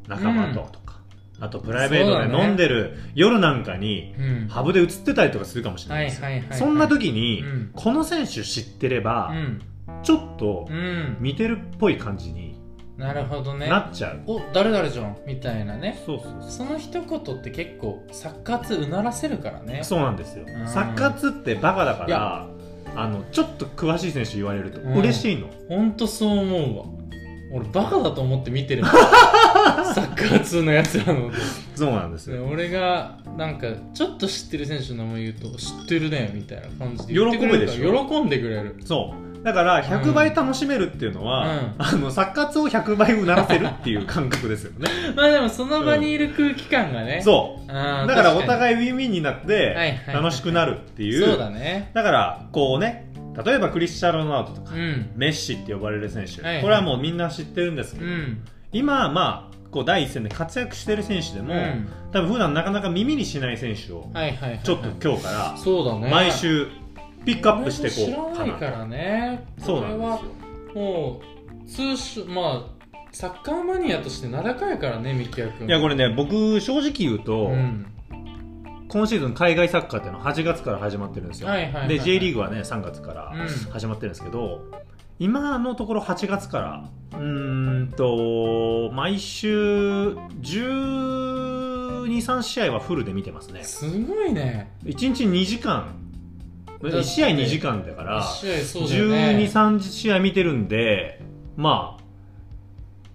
Speaker 2: 仲間ととか、あとプライベ
Speaker 1: そう
Speaker 2: ート
Speaker 1: だ
Speaker 2: で
Speaker 1: ね
Speaker 2: 飲んでる夜なんかに
Speaker 1: うん
Speaker 2: ハブで映ってたりとかするかもしれな
Speaker 1: はいい
Speaker 2: ですよ、
Speaker 1: はいはい
Speaker 2: そんな時に、
Speaker 1: うん
Speaker 2: この選手知ってれば、
Speaker 1: うん
Speaker 2: ちょっと
Speaker 1: うん
Speaker 2: 見てるっぽい感じに
Speaker 1: なるほどね
Speaker 2: なっちゃう、
Speaker 1: お誰々じゃんみたいなね
Speaker 2: そうそう
Speaker 1: その一言って結構サッカー通うならせるからね
Speaker 2: そうなんですよ
Speaker 1: うん
Speaker 2: サッカーつってバカだか
Speaker 1: いや
Speaker 2: らあのちょっと詳しい選手言われると
Speaker 1: うん
Speaker 2: 嬉しいの、
Speaker 1: ほんとそう思うわ俺バカだと思って見
Speaker 2: *laughs*
Speaker 1: てるもんサッカー通のやつらの
Speaker 2: そうなんですよ、
Speaker 1: 俺がなんかちょっと知ってる選手の名前言うと知ってるねみたいな感じで言ってくれるから
Speaker 2: 喜ぶでしょ
Speaker 1: 喜んでくれる
Speaker 2: そうだから100倍楽しめるっていうのは、
Speaker 1: うん
Speaker 2: あのサッカーつを100倍うならせるっていう感覚ですよ
Speaker 1: *laughs*
Speaker 2: ね
Speaker 1: まあでもその場にいる空気感がね、う
Speaker 2: そう
Speaker 1: だ
Speaker 2: だからお
Speaker 1: い
Speaker 2: 互いウィンウィンになっ
Speaker 1: はいはい
Speaker 2: て
Speaker 1: はい
Speaker 2: 楽しくなるっていう、
Speaker 1: そうだね
Speaker 2: だからこうね例えばクリスチャーロナウドとか、
Speaker 1: うん
Speaker 2: メッシって呼ばれる選手、
Speaker 1: はいはい
Speaker 2: これはもうみんな知ってるんですけ
Speaker 1: う
Speaker 2: ど、
Speaker 1: ん
Speaker 2: 今まあこう第一線で活躍してる選手でも、
Speaker 1: うん
Speaker 2: 多分普段なかなか耳にしない選手を
Speaker 1: はいはいはいはい
Speaker 2: ちょっと今日か
Speaker 1: そうだね
Speaker 2: ら毎週ピックアップしてこ
Speaker 1: 俺も
Speaker 2: う
Speaker 1: 知
Speaker 2: か
Speaker 1: ない
Speaker 2: らな
Speaker 1: からね
Speaker 2: そうなんですよ
Speaker 1: これはもう通称まあサッカーマニアとして名高いからねミキヤ君
Speaker 2: いやこ
Speaker 1: れ
Speaker 2: れね僕正直言うと、
Speaker 1: うん
Speaker 2: 今シーズン海外サッカーっていうのは8月から始まってるんですよ、
Speaker 1: はいはいはいはい
Speaker 2: で J リーグはね3月から
Speaker 1: うん
Speaker 2: 始まってるんですけど、今のところ8月からうーんと毎週123試合はフルで見てますね
Speaker 1: すごいね
Speaker 2: 1日2時間
Speaker 1: だって
Speaker 2: 1試合2時間だから
Speaker 1: 1試合そうだよね
Speaker 2: 123試合見てるんでま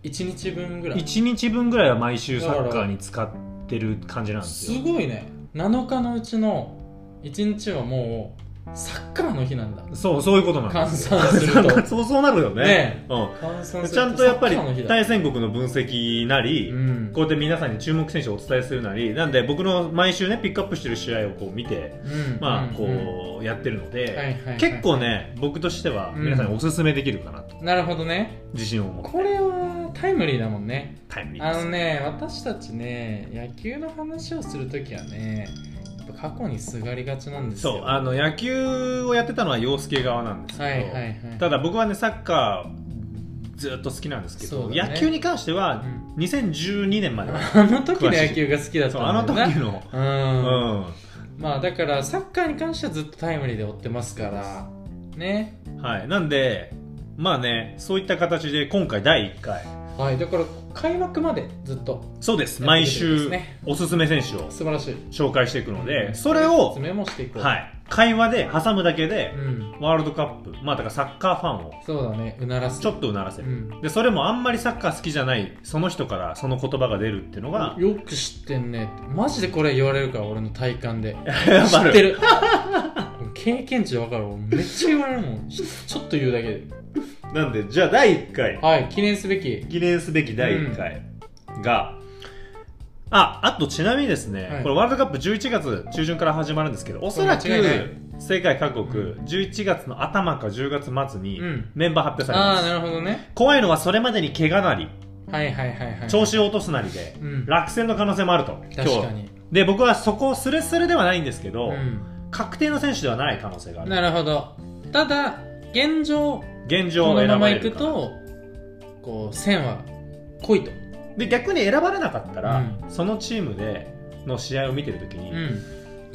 Speaker 1: 1日分ぐ
Speaker 2: あ
Speaker 1: らい
Speaker 2: 1日分ぐらいは毎週サッカーに使ってる感じなんです
Speaker 1: す
Speaker 2: よ
Speaker 1: ごいね7日のうちの1日はもうサッカーの日なんだ
Speaker 2: そうそういうことなんですよ
Speaker 1: 換算すると
Speaker 2: そうそうなるよ
Speaker 1: ね
Speaker 2: うん
Speaker 1: 換算する
Speaker 2: ちゃんとやっぱり
Speaker 1: サッカーの日だ
Speaker 2: 対戦国の分析なり、
Speaker 1: うん
Speaker 2: こうやって皆さんに注目選手をお伝えするなり、なんで僕の毎週ね、ピックアップしてる試合をこう見て、
Speaker 1: うん
Speaker 2: まあ、
Speaker 1: うんうん
Speaker 2: こうやってる
Speaker 1: は
Speaker 2: の
Speaker 1: いはい
Speaker 2: で、
Speaker 1: はい
Speaker 2: 結構ね、僕としては
Speaker 1: うん
Speaker 2: 皆さんにおすすめできるかなと、
Speaker 1: なるほどね
Speaker 2: 自信を持って、
Speaker 1: これはタイムリーだもんね
Speaker 2: タイムリー
Speaker 1: あ
Speaker 2: です
Speaker 1: のね私たちね野球の話をするときはねやっぱ過去にすがりがちなんですよ
Speaker 2: そう、あの、野球をやってたのは洋介側なんですけど、
Speaker 1: はいはいはい
Speaker 2: ただ僕はね、サッカー、ずっと好きなんですけ
Speaker 1: そ
Speaker 2: ど、
Speaker 1: うだね
Speaker 2: 野球に関しては
Speaker 1: うん、
Speaker 2: 2012年ま
Speaker 1: *laughs*
Speaker 2: では、
Speaker 1: あの時の野球が好きだっ
Speaker 2: そ
Speaker 1: た
Speaker 2: うあの
Speaker 1: んだよ
Speaker 2: 時
Speaker 1: な
Speaker 2: の、う
Speaker 1: うん
Speaker 2: ん、
Speaker 1: まあだからサッカーに関してはずっとタイムリーで追ってますからね
Speaker 2: はい、なんで、まあね、そういった形で今回第1回、
Speaker 1: はいだから開幕までずっと
Speaker 2: そうです、
Speaker 1: やってる
Speaker 2: 毎
Speaker 1: です
Speaker 2: 週
Speaker 1: ね
Speaker 2: おすすめ選手を
Speaker 1: 素晴らしい
Speaker 2: 紹介していくので、それを
Speaker 1: 説、明もしていこう
Speaker 2: はい、会話で挟むだけで
Speaker 1: う、ん
Speaker 2: ワールドカップ、まあだからサッカーファンを
Speaker 1: そうだねうならす
Speaker 2: ちょっとうならせ
Speaker 1: う
Speaker 2: る。
Speaker 1: ん
Speaker 2: で、それもあんまりサッカー好きじゃない、その人からその言葉が出るっていうのが、
Speaker 1: よく知ってんねマジでこれ言われるから俺の体感
Speaker 2: *laughs*
Speaker 1: で
Speaker 2: や
Speaker 1: 知
Speaker 2: ば
Speaker 1: って
Speaker 2: る。
Speaker 1: る *laughs* 経験値わかる俺めっちゃ言われるもんちょっと言うだけで
Speaker 2: なんで、じゃあ第1回、
Speaker 1: はい記念すべき
Speaker 2: 記念すべき第1回が、あ、あとちなみにですね、
Speaker 1: はい
Speaker 2: これワールドカップ11月中旬から始まるんですけど、おそらく
Speaker 1: 間違いない
Speaker 2: 世界各国、
Speaker 1: う
Speaker 2: 11月の頭か10月末に
Speaker 1: うん
Speaker 2: メンバー発表され
Speaker 1: あ
Speaker 2: ま
Speaker 1: あ
Speaker 2: す。
Speaker 1: なるほどね
Speaker 2: 怖いのはそれまでに怪我なり、
Speaker 1: はいはいはいはい
Speaker 2: 調子を落とすなりで、
Speaker 1: うん
Speaker 2: 落選の可能性もあると。
Speaker 1: 確かに、
Speaker 2: で、僕はそこスレスレではないんですけど、
Speaker 1: う
Speaker 2: 確定の選手ではない可能性が
Speaker 1: ん、
Speaker 2: ある。
Speaker 1: なるほどただ現状
Speaker 2: 現
Speaker 1: こ
Speaker 2: 状を
Speaker 1: の
Speaker 2: 選
Speaker 1: ま
Speaker 2: ば
Speaker 1: ま
Speaker 2: れ
Speaker 1: いく
Speaker 2: るか
Speaker 1: とこう線は濃いと
Speaker 2: で、逆に選ばれなかったら、
Speaker 1: う
Speaker 2: そのチームでの試合を見てるとき
Speaker 1: う
Speaker 2: に、
Speaker 1: ん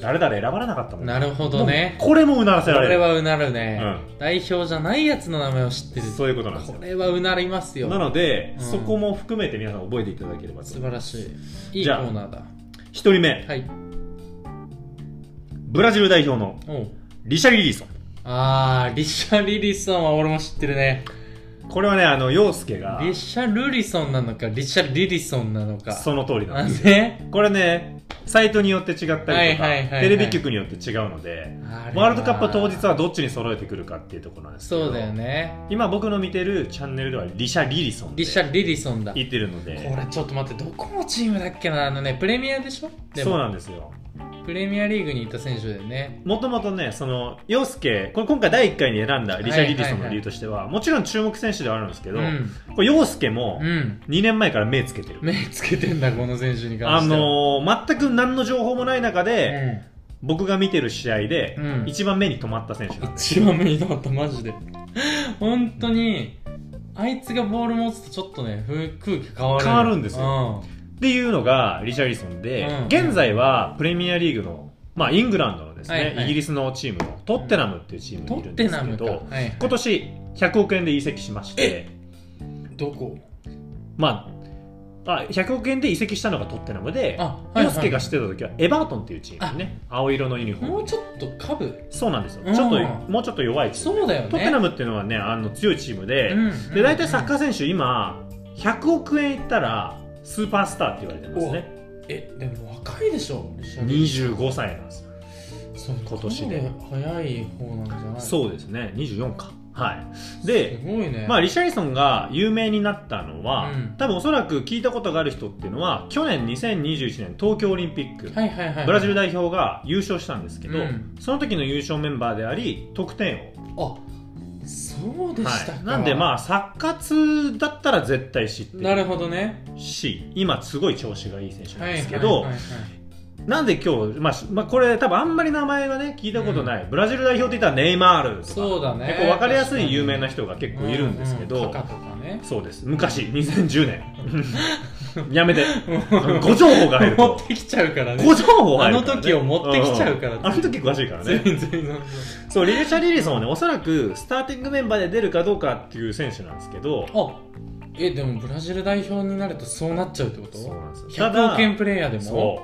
Speaker 2: 誰々選ばれなかったもん
Speaker 1: なるほどね
Speaker 2: もうこれもうならせ
Speaker 1: こ
Speaker 2: られ
Speaker 1: れ
Speaker 2: る
Speaker 1: はうなるね、
Speaker 2: う
Speaker 1: 代表じゃないやつの名前を知ってる
Speaker 2: そういうことなんですよ
Speaker 1: これはうなりますよ
Speaker 2: なので、
Speaker 1: うん
Speaker 2: そこも含めて皆さん覚えていただければと
Speaker 1: 素晴らしいいいコ
Speaker 2: じゃあ
Speaker 1: ーナーだ
Speaker 2: 1人目
Speaker 1: はい
Speaker 2: ブラジル代表の
Speaker 1: おう
Speaker 2: リシャ・リリーソン
Speaker 1: あーリシャ・リリソンは俺も知ってるね
Speaker 2: これはねあの陽介が
Speaker 1: リシャ・ルリソンなのかリシャ・リリソンなのか
Speaker 2: その通りなん
Speaker 1: あ
Speaker 2: ですよ
Speaker 1: ね
Speaker 2: これねサイトによって違ったりとか、
Speaker 1: はいはいはいはい
Speaker 2: テレビ局によって違うのでワールドカップ当日はどっちに揃えてくるかっていうところなんですけど
Speaker 1: そうだよね
Speaker 2: 今僕の見てるチャンネルではリシャ・リリソンで
Speaker 1: リシャ・リリソンだこ
Speaker 2: 言ってるので
Speaker 1: れちょっと待ってどこのチームだっけなあのねプレミアでしょで
Speaker 2: そう
Speaker 1: も
Speaker 2: なんですよ
Speaker 1: プレミアリーグにいた選手だよね
Speaker 2: もともとねその陽介これ今回第1回に選んだリシャ・リリソンの理由としては,、もちろん注目選手ではあるんですけ
Speaker 1: う
Speaker 2: ど、
Speaker 1: ん
Speaker 2: これ陽介も
Speaker 1: うん
Speaker 2: 2年前から目つけてる、
Speaker 1: 目つけてんだこの選手に関
Speaker 2: あ
Speaker 1: しては
Speaker 2: のー全く何の情報もない中で、僕が見てる試合で、
Speaker 1: うん
Speaker 2: 一番目に止まった選手なん
Speaker 1: うん、
Speaker 2: です
Speaker 1: 一番目に止まったマジで本当にあいつがボール持つとちょっとねふ空気変わる
Speaker 2: 変わるんです
Speaker 1: よ、
Speaker 2: っていうのがリシャリソンで、
Speaker 1: うん
Speaker 2: 現在はプレミアリーグの、まあ、イングランドのですね、
Speaker 1: はいはい
Speaker 2: イギリスのチームのトッテナムっていうチーム
Speaker 1: うん、ト
Speaker 2: にいる
Speaker 1: ッ
Speaker 2: ん
Speaker 1: テ
Speaker 2: です
Speaker 1: ナ
Speaker 2: け
Speaker 1: ムか、
Speaker 2: ど
Speaker 1: はいはい
Speaker 2: 今年100億円で移籍しまして、
Speaker 1: どこ
Speaker 2: まあ、あ100億円で移籍したのがトッテナムで
Speaker 1: あ
Speaker 2: 洋介がしてた時はエバートンっていうチームね青色のユニフォー
Speaker 1: も
Speaker 2: ム
Speaker 1: うちょっと下部
Speaker 2: そうなんですよ、
Speaker 1: うん
Speaker 2: ちょっともうちょっと弱いチーム
Speaker 1: そうだよね
Speaker 2: トッテナムっていうのはねあの強いチームで、
Speaker 1: うん
Speaker 2: で大体サッ
Speaker 1: ー
Speaker 2: カー選手今100億円いったらスーパースターって言われてますね
Speaker 1: えでも若いでしょリシャリ
Speaker 2: 25歳なんですよ
Speaker 1: そう
Speaker 2: 今年で
Speaker 1: かなり早い方なんじゃない
Speaker 2: そうですね24かはい
Speaker 1: す
Speaker 2: で
Speaker 1: ごいね
Speaker 2: まあ、リシャリソンが有名になったのは、
Speaker 1: うん
Speaker 2: 多分おそらく聞いたことがある人っていうのは去年2021年東京オリンピック、
Speaker 1: はいはいはいはい
Speaker 2: ブラジル代表が優勝したんですけど、
Speaker 1: うん
Speaker 2: その時の優勝メンバーであり得点王
Speaker 1: あそうでしたか、
Speaker 2: はい、なんでまあサッカー通だったら絶対知って
Speaker 1: なる
Speaker 2: る
Speaker 1: ほどね
Speaker 2: し今すごい調子がいい選手なんですけど、
Speaker 1: はいはいはいはい
Speaker 2: なんで今日、まあしまあ、これ多分あんまり名前がね聞いたことない、ブラジル代表って言ったらネイマールとか
Speaker 1: そうだね
Speaker 2: 結構分かりやすい有名な人が結構いるんですけ
Speaker 1: う
Speaker 2: ど、
Speaker 1: うカカとかね
Speaker 2: そうです昔2010
Speaker 1: *laughs*
Speaker 2: 年やめてご情報が入る
Speaker 1: 持 *laughs*
Speaker 2: と
Speaker 1: ってきちゃうからね
Speaker 2: ご情報が入るから、ね、
Speaker 1: あの時を持ってきちゃうから
Speaker 2: んあの時詳しいから
Speaker 1: 全
Speaker 2: ね
Speaker 1: 然全然
Speaker 2: そうリレシャ・リリーソンはねおそらくスターティングメンバーで出るかどうかっていう選手なんですけど
Speaker 1: あえでもブラジル代表になるとそうなっちゃうってこ
Speaker 2: そう
Speaker 1: と
Speaker 2: なんですよ
Speaker 1: 100億円プレイヤーでも
Speaker 2: そ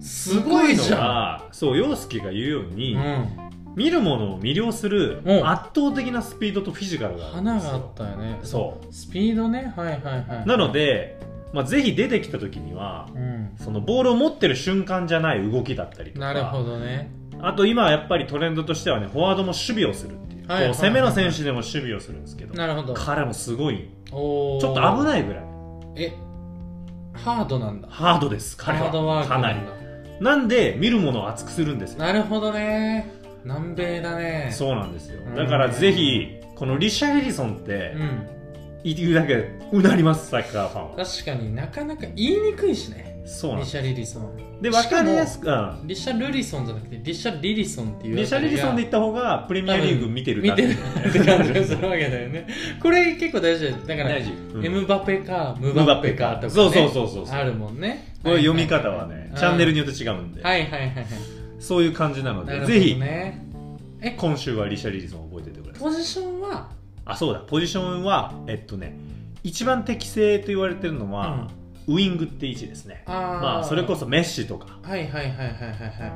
Speaker 2: う
Speaker 1: すごい
Speaker 2: す
Speaker 1: じ
Speaker 2: ごいの
Speaker 1: ゃ
Speaker 2: がそう陽介が言うように、
Speaker 1: ん、うん、
Speaker 2: 見るものを魅了する
Speaker 1: うん
Speaker 2: 圧倒的なスピードとフィジカルがあるん
Speaker 1: 花
Speaker 2: ですよ
Speaker 1: があったよね
Speaker 2: そう
Speaker 1: スピードねはいはいは
Speaker 2: う
Speaker 1: い
Speaker 2: なので、まあ、ぜひ出てきた時には
Speaker 1: うん
Speaker 2: そのボールを持ってる瞬間じゃない動きだったりとか
Speaker 1: なるほどね
Speaker 2: あと今はやっぱりトレンドとしてはねフォワードも守備をするっていう,、
Speaker 1: はいはいはいはい
Speaker 2: こう攻めの選手でも守備をするんですけど
Speaker 1: なるほど
Speaker 2: 彼もすごい
Speaker 1: お
Speaker 2: ちょっと危
Speaker 1: い
Speaker 2: ないぐらい
Speaker 1: えハードなんだ
Speaker 2: ハードです
Speaker 1: ハ
Speaker 2: 彼は
Speaker 1: ードワーク
Speaker 2: かなり
Speaker 1: んだ
Speaker 2: なんで見るものを熱くするんですよ
Speaker 1: なるほどね南米だねう
Speaker 2: そうなんですよ
Speaker 1: うん
Speaker 2: だからぜひこのリシャ・リリソンって
Speaker 1: ん
Speaker 2: 言うだけでうなりますサッカーファンは
Speaker 1: 確かになかなか言いにくいしね
Speaker 2: そうなん
Speaker 1: リ
Speaker 2: です
Speaker 1: シャ・リリソン
Speaker 2: で分かりやすく、うん
Speaker 1: リシャ・ルリソンじゃなくてリシャ・リリソンっていう
Speaker 2: リシャリリソンで
Speaker 1: い
Speaker 2: 行った方がプレミアリーグ見てる
Speaker 1: 見
Speaker 2: だけ
Speaker 1: てるなって感じがするわけだよ
Speaker 2: *laughs*
Speaker 1: ねこれ結構大事だよだから
Speaker 2: 大事うん
Speaker 1: エムバペかム
Speaker 2: ム
Speaker 1: バ
Speaker 2: バ
Speaker 1: ペ
Speaker 2: ペ
Speaker 1: か
Speaker 2: か
Speaker 1: とか、ね、
Speaker 2: そうそうそうそう
Speaker 1: あるもんね
Speaker 2: これ読み方はねチャンネルによって違うんで
Speaker 1: はいはいはいはい
Speaker 2: そういう感じなの
Speaker 1: なるほ
Speaker 2: で
Speaker 1: ど
Speaker 2: ぜひ
Speaker 1: ね
Speaker 2: 今週はリシャリリソンを覚えておいてください
Speaker 1: ポジションは
Speaker 2: あそうだポジションはえっとね一番適正と言われてるのはウイングって位置ですね
Speaker 1: あー
Speaker 2: まあそれこそメッシとか
Speaker 1: はいはいはいはいはいはい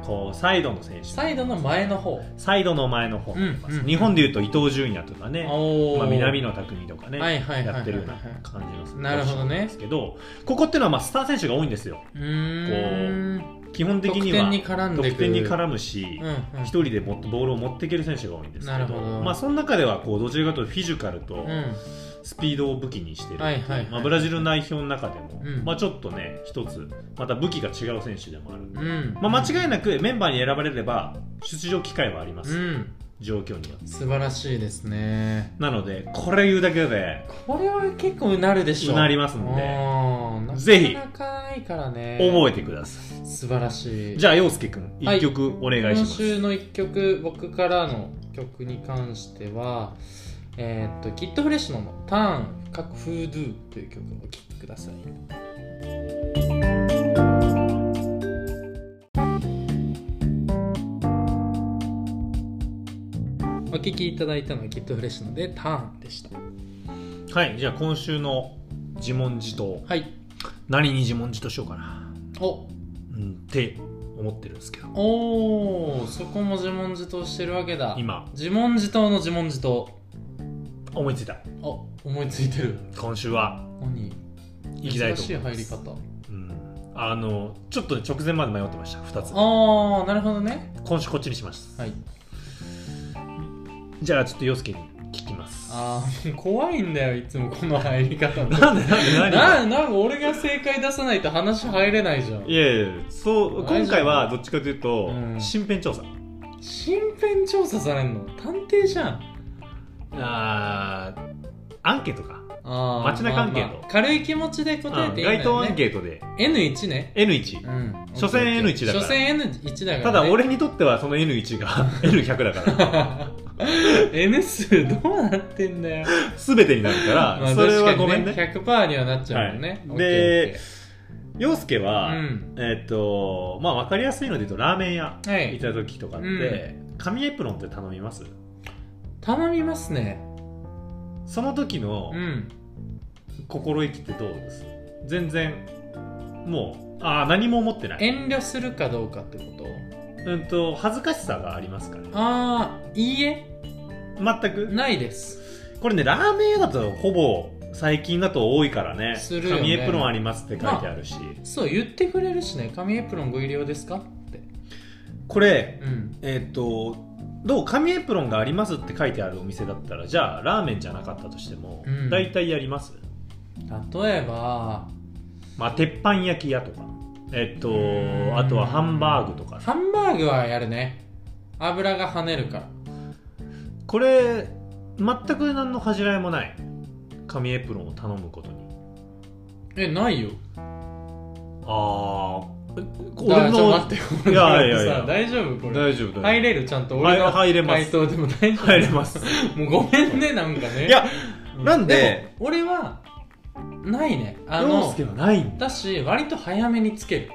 Speaker 2: こうサイドの選手
Speaker 1: サイドの前の方
Speaker 2: サイドの前の方
Speaker 1: うんうん
Speaker 2: 日本でいうと伊東純也とかね
Speaker 1: おー
Speaker 2: まあ、南野匠とかね、
Speaker 1: はいはいはいはいはい
Speaker 2: やってるような感じの
Speaker 1: なるほどね
Speaker 2: んですけどここっていうのはまあスター選手が多いんですよ
Speaker 1: うーん
Speaker 2: 基本的
Speaker 1: 得
Speaker 2: に
Speaker 1: 点
Speaker 2: は
Speaker 1: に絡んでくる
Speaker 2: 得点に絡むし
Speaker 1: うんうん
Speaker 2: 一、人でもっとボールを持っていける選手が多いんですけ
Speaker 1: なる
Speaker 2: ど
Speaker 1: ほど
Speaker 2: まあ、その中ではこうどちらかというとフィジカルと
Speaker 1: うん
Speaker 2: スピードを武器にしてる、
Speaker 1: はいはいはい
Speaker 2: まあ、ブラジルの代表の中でも、
Speaker 1: うん
Speaker 2: まあ、ちょっとね一つまた武器が違う選手でもあるんで、
Speaker 1: うん
Speaker 2: まあ、間違いなくメンバーに選ばれれば出場機会はあります、
Speaker 1: うん
Speaker 2: 状況には
Speaker 1: 素晴らしいですね
Speaker 2: なのでこれ言うだけで
Speaker 1: これは結構うなるでしょ
Speaker 2: うなりますんで
Speaker 1: で
Speaker 2: ぜひ
Speaker 1: なかなかないからね
Speaker 2: 覚えてください、
Speaker 1: 素晴らしい
Speaker 2: じゃあ陽介君
Speaker 1: はい
Speaker 2: 一曲お願いしま
Speaker 1: 今
Speaker 2: す、
Speaker 1: 週の1曲僕からの曲に関してはえーっとキッドフレッシュの「ターン」「各フードゥ」という曲をお聴きください聞きいただいたのはきっとフレッシュのでターンでした
Speaker 2: はいじゃあ今週の自問自答
Speaker 1: はい
Speaker 2: 何に自問自答しようかな、
Speaker 1: お
Speaker 2: うん、って思ってるんですけど
Speaker 1: おーそこも自問自答してるわけだ
Speaker 2: 今
Speaker 1: 自問自答の自問自答
Speaker 2: 思いついた
Speaker 1: あ思いついてる
Speaker 2: 今週は
Speaker 1: 何
Speaker 2: いきたいと
Speaker 1: 珍しい
Speaker 2: 思いま
Speaker 1: 入り
Speaker 2: す
Speaker 1: 方
Speaker 2: うん、あのちょっとね直前まで迷ってました2つ
Speaker 1: ああなるほどね
Speaker 2: 今週こっちにします、
Speaker 1: はい
Speaker 2: じゃあちょっと陽介に聞きます
Speaker 1: ああ怖いんだよいつもこの入り方の
Speaker 2: なんでなんで
Speaker 1: な
Speaker 2: *laughs* 何
Speaker 1: なんか俺が正解出さないと話入れないじゃん
Speaker 2: いやいやいやそう
Speaker 1: 大丈夫
Speaker 2: 今回はどっちかというと、
Speaker 1: うん
Speaker 2: 身辺調査
Speaker 1: 身辺調査されんの探偵じゃん
Speaker 2: あアンケートか
Speaker 1: あー
Speaker 2: 街中アンケート
Speaker 1: まあまあ軽い気持ちで答えていいんだよ、ね、
Speaker 2: 街頭アンケート
Speaker 1: ー
Speaker 2: で
Speaker 1: ト N1 ね
Speaker 2: N1、
Speaker 1: うん
Speaker 2: 所詮 N1 だから
Speaker 1: 所詮 N1 だか
Speaker 2: た
Speaker 1: ら、
Speaker 2: だ
Speaker 1: ね、
Speaker 2: 俺にとってはその N1 が *laughs* N100 だから
Speaker 1: N 数どうなってんだよ、
Speaker 2: *laughs* 全てになるから、
Speaker 1: *laughs* まあ
Speaker 2: それは
Speaker 1: 確か
Speaker 2: ご
Speaker 1: に
Speaker 2: めんね
Speaker 1: 100%にはなっちゃうもんね、
Speaker 2: はい
Speaker 1: オッケー
Speaker 2: 陽介
Speaker 1: オッ
Speaker 2: は、
Speaker 1: ケーうん
Speaker 2: えっ、とまあ分かりやすいので言うとラーメン屋
Speaker 1: は
Speaker 2: 行っ
Speaker 1: い
Speaker 2: た時とかって、紙エプロンって頼みます
Speaker 1: 頼みますね
Speaker 2: その時の
Speaker 1: うん
Speaker 2: 心意気ってどうです全然もうああ何も思ってない
Speaker 1: 遠慮するかどうかってこと
Speaker 2: うんと恥ずかしさがありますか
Speaker 1: ああいいえ
Speaker 2: ら全く
Speaker 1: ないです
Speaker 2: これねラーメン屋だとほぼ最近だと多いからね
Speaker 1: するよね
Speaker 2: 紙エプロンありますって書いてあるし、
Speaker 1: そう言ってくれるしね紙エプロンご入り用ですかって
Speaker 2: これ
Speaker 1: うん
Speaker 2: えっ、とどう紙エプロンがありますって書いてあるお店だったらじゃあラーメンじゃなかったとしても、
Speaker 1: うん
Speaker 2: 大体やります
Speaker 1: 例えば
Speaker 2: まあ鉄板焼き屋とかえっ、
Speaker 1: うん
Speaker 2: とあとはハンバーグとか
Speaker 1: ハンバーグはやるね油が跳ねるから
Speaker 2: これ全く何の恥じらいもない紙エプロンを頼むことに
Speaker 1: えないよだからちょ
Speaker 2: ああ俺の
Speaker 1: っと待って
Speaker 2: い
Speaker 1: よ
Speaker 2: やいやいや
Speaker 1: さ大丈夫これ
Speaker 2: 大丈夫
Speaker 1: 入
Speaker 2: 大丈
Speaker 1: れるちゃんと
Speaker 2: 夫
Speaker 1: 俺の
Speaker 2: 入れま
Speaker 1: 回
Speaker 2: す
Speaker 1: 答でも大丈夫
Speaker 2: 入れます
Speaker 1: もうごめんねなんかね
Speaker 2: いや
Speaker 1: う
Speaker 2: なんで
Speaker 1: も俺はないねあ
Speaker 2: 洋
Speaker 1: の
Speaker 2: 介はないんだ
Speaker 1: だし割と早めにつける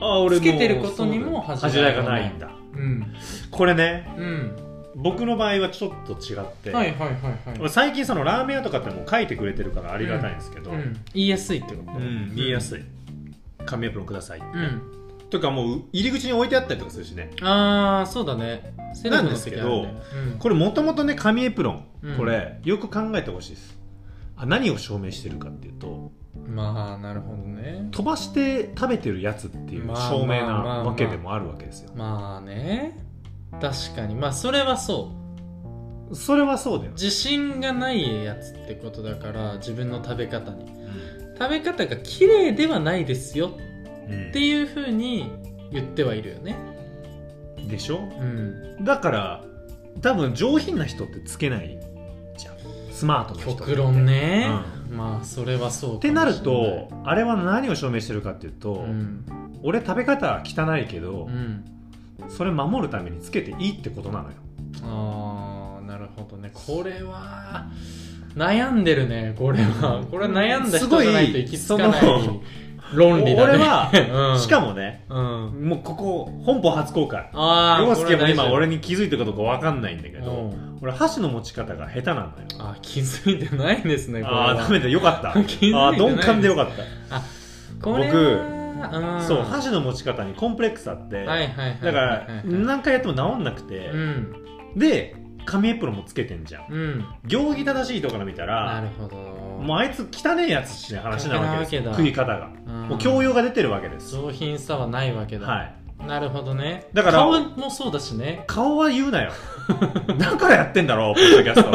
Speaker 2: あ俺
Speaker 1: つけてることにも
Speaker 2: 恥
Speaker 1: 恥
Speaker 2: じ
Speaker 1: じら
Speaker 2: らい
Speaker 1: い
Speaker 2: が
Speaker 1: が
Speaker 2: な
Speaker 1: ないい
Speaker 2: んだ
Speaker 1: うん
Speaker 2: これね
Speaker 1: うん
Speaker 2: 僕の場合はちょっと違って、
Speaker 1: はいはいはいはい
Speaker 2: 俺最近そのラーメン屋とかってもう書いてくれてるからありがたいんですけど、
Speaker 1: うん言いやすいってこと
Speaker 2: うん言いやすい紙エプロンください、
Speaker 1: うん
Speaker 2: とかもう入り口に置いてあったりとかするしね
Speaker 1: ああそうだねセレブの時あるね
Speaker 2: なんでこれもともとね紙エプロン、
Speaker 1: うん
Speaker 2: これよく考えてほしいですあ何を証明してるかっていうと
Speaker 1: うんまあなるほどね
Speaker 2: 飛ばして食べてるやつっていう
Speaker 1: まあ
Speaker 2: 証明
Speaker 1: ま
Speaker 2: な
Speaker 1: あまあまあ
Speaker 2: わけでもあるわけですよ、
Speaker 1: まあね確かにまあそれはそう
Speaker 2: それはそうだよ、
Speaker 1: 自信がないやつってことだから自分の食べ方に食べ方が綺麗ではないですよ
Speaker 2: うん
Speaker 1: っていうふうに言ってはいるよね
Speaker 2: でし
Speaker 1: う
Speaker 2: ょ
Speaker 1: ん
Speaker 2: だから多分上品な人ってつけないじゃんスマートな人って
Speaker 1: 極論ね、
Speaker 2: う
Speaker 1: まあそれはそうかも
Speaker 2: っ
Speaker 1: しれ
Speaker 2: て
Speaker 1: な
Speaker 2: ないるとあれは何を証明してるかっていうと、
Speaker 1: うん
Speaker 2: 俺食べ方汚いけど
Speaker 1: う、ん
Speaker 2: それ守るためにつけていいってことなのよ
Speaker 1: ああなるほどねこれは悩んでるねこれはこれは悩んだ人じゃないと行き着かな
Speaker 2: すごい
Speaker 1: い論理だね
Speaker 2: 俺は、
Speaker 1: *laughs* うん
Speaker 2: しかもね
Speaker 1: うん
Speaker 2: もうここ本邦初公開
Speaker 1: ああ
Speaker 2: 洋介も今俺
Speaker 1: に
Speaker 2: に気づいてるかどうかわかんないんだけど俺箸の持ち方が下手なのよ
Speaker 1: あ気づいてないんですねこれは
Speaker 2: ああーダメだよかった
Speaker 1: *laughs* 気づいてない
Speaker 2: ああー鈍感でよかっ
Speaker 1: これは
Speaker 2: た
Speaker 1: ん
Speaker 2: そう箸の持ち方にコンプレックスあって
Speaker 1: はい
Speaker 2: だ
Speaker 1: はいはいはい
Speaker 2: から
Speaker 1: な
Speaker 2: 何回やっても治んなくて
Speaker 1: うん
Speaker 2: で紙エプロンもつけてんじゃん
Speaker 1: うん
Speaker 2: 行儀正しいとから見た
Speaker 1: な
Speaker 2: ら
Speaker 1: るほど
Speaker 2: もうあいつ汚えやつしね話なわけで
Speaker 1: 汚い
Speaker 2: す
Speaker 1: わけだ
Speaker 2: 食い方が
Speaker 1: うん
Speaker 2: もう教養が出てるわけです
Speaker 1: 上品さはないわけだ、
Speaker 2: はい
Speaker 1: なるほどね
Speaker 2: だから
Speaker 1: 顔もそうだしね
Speaker 2: 顔は言うなよ *laughs* だからやってんだろポッドキャスト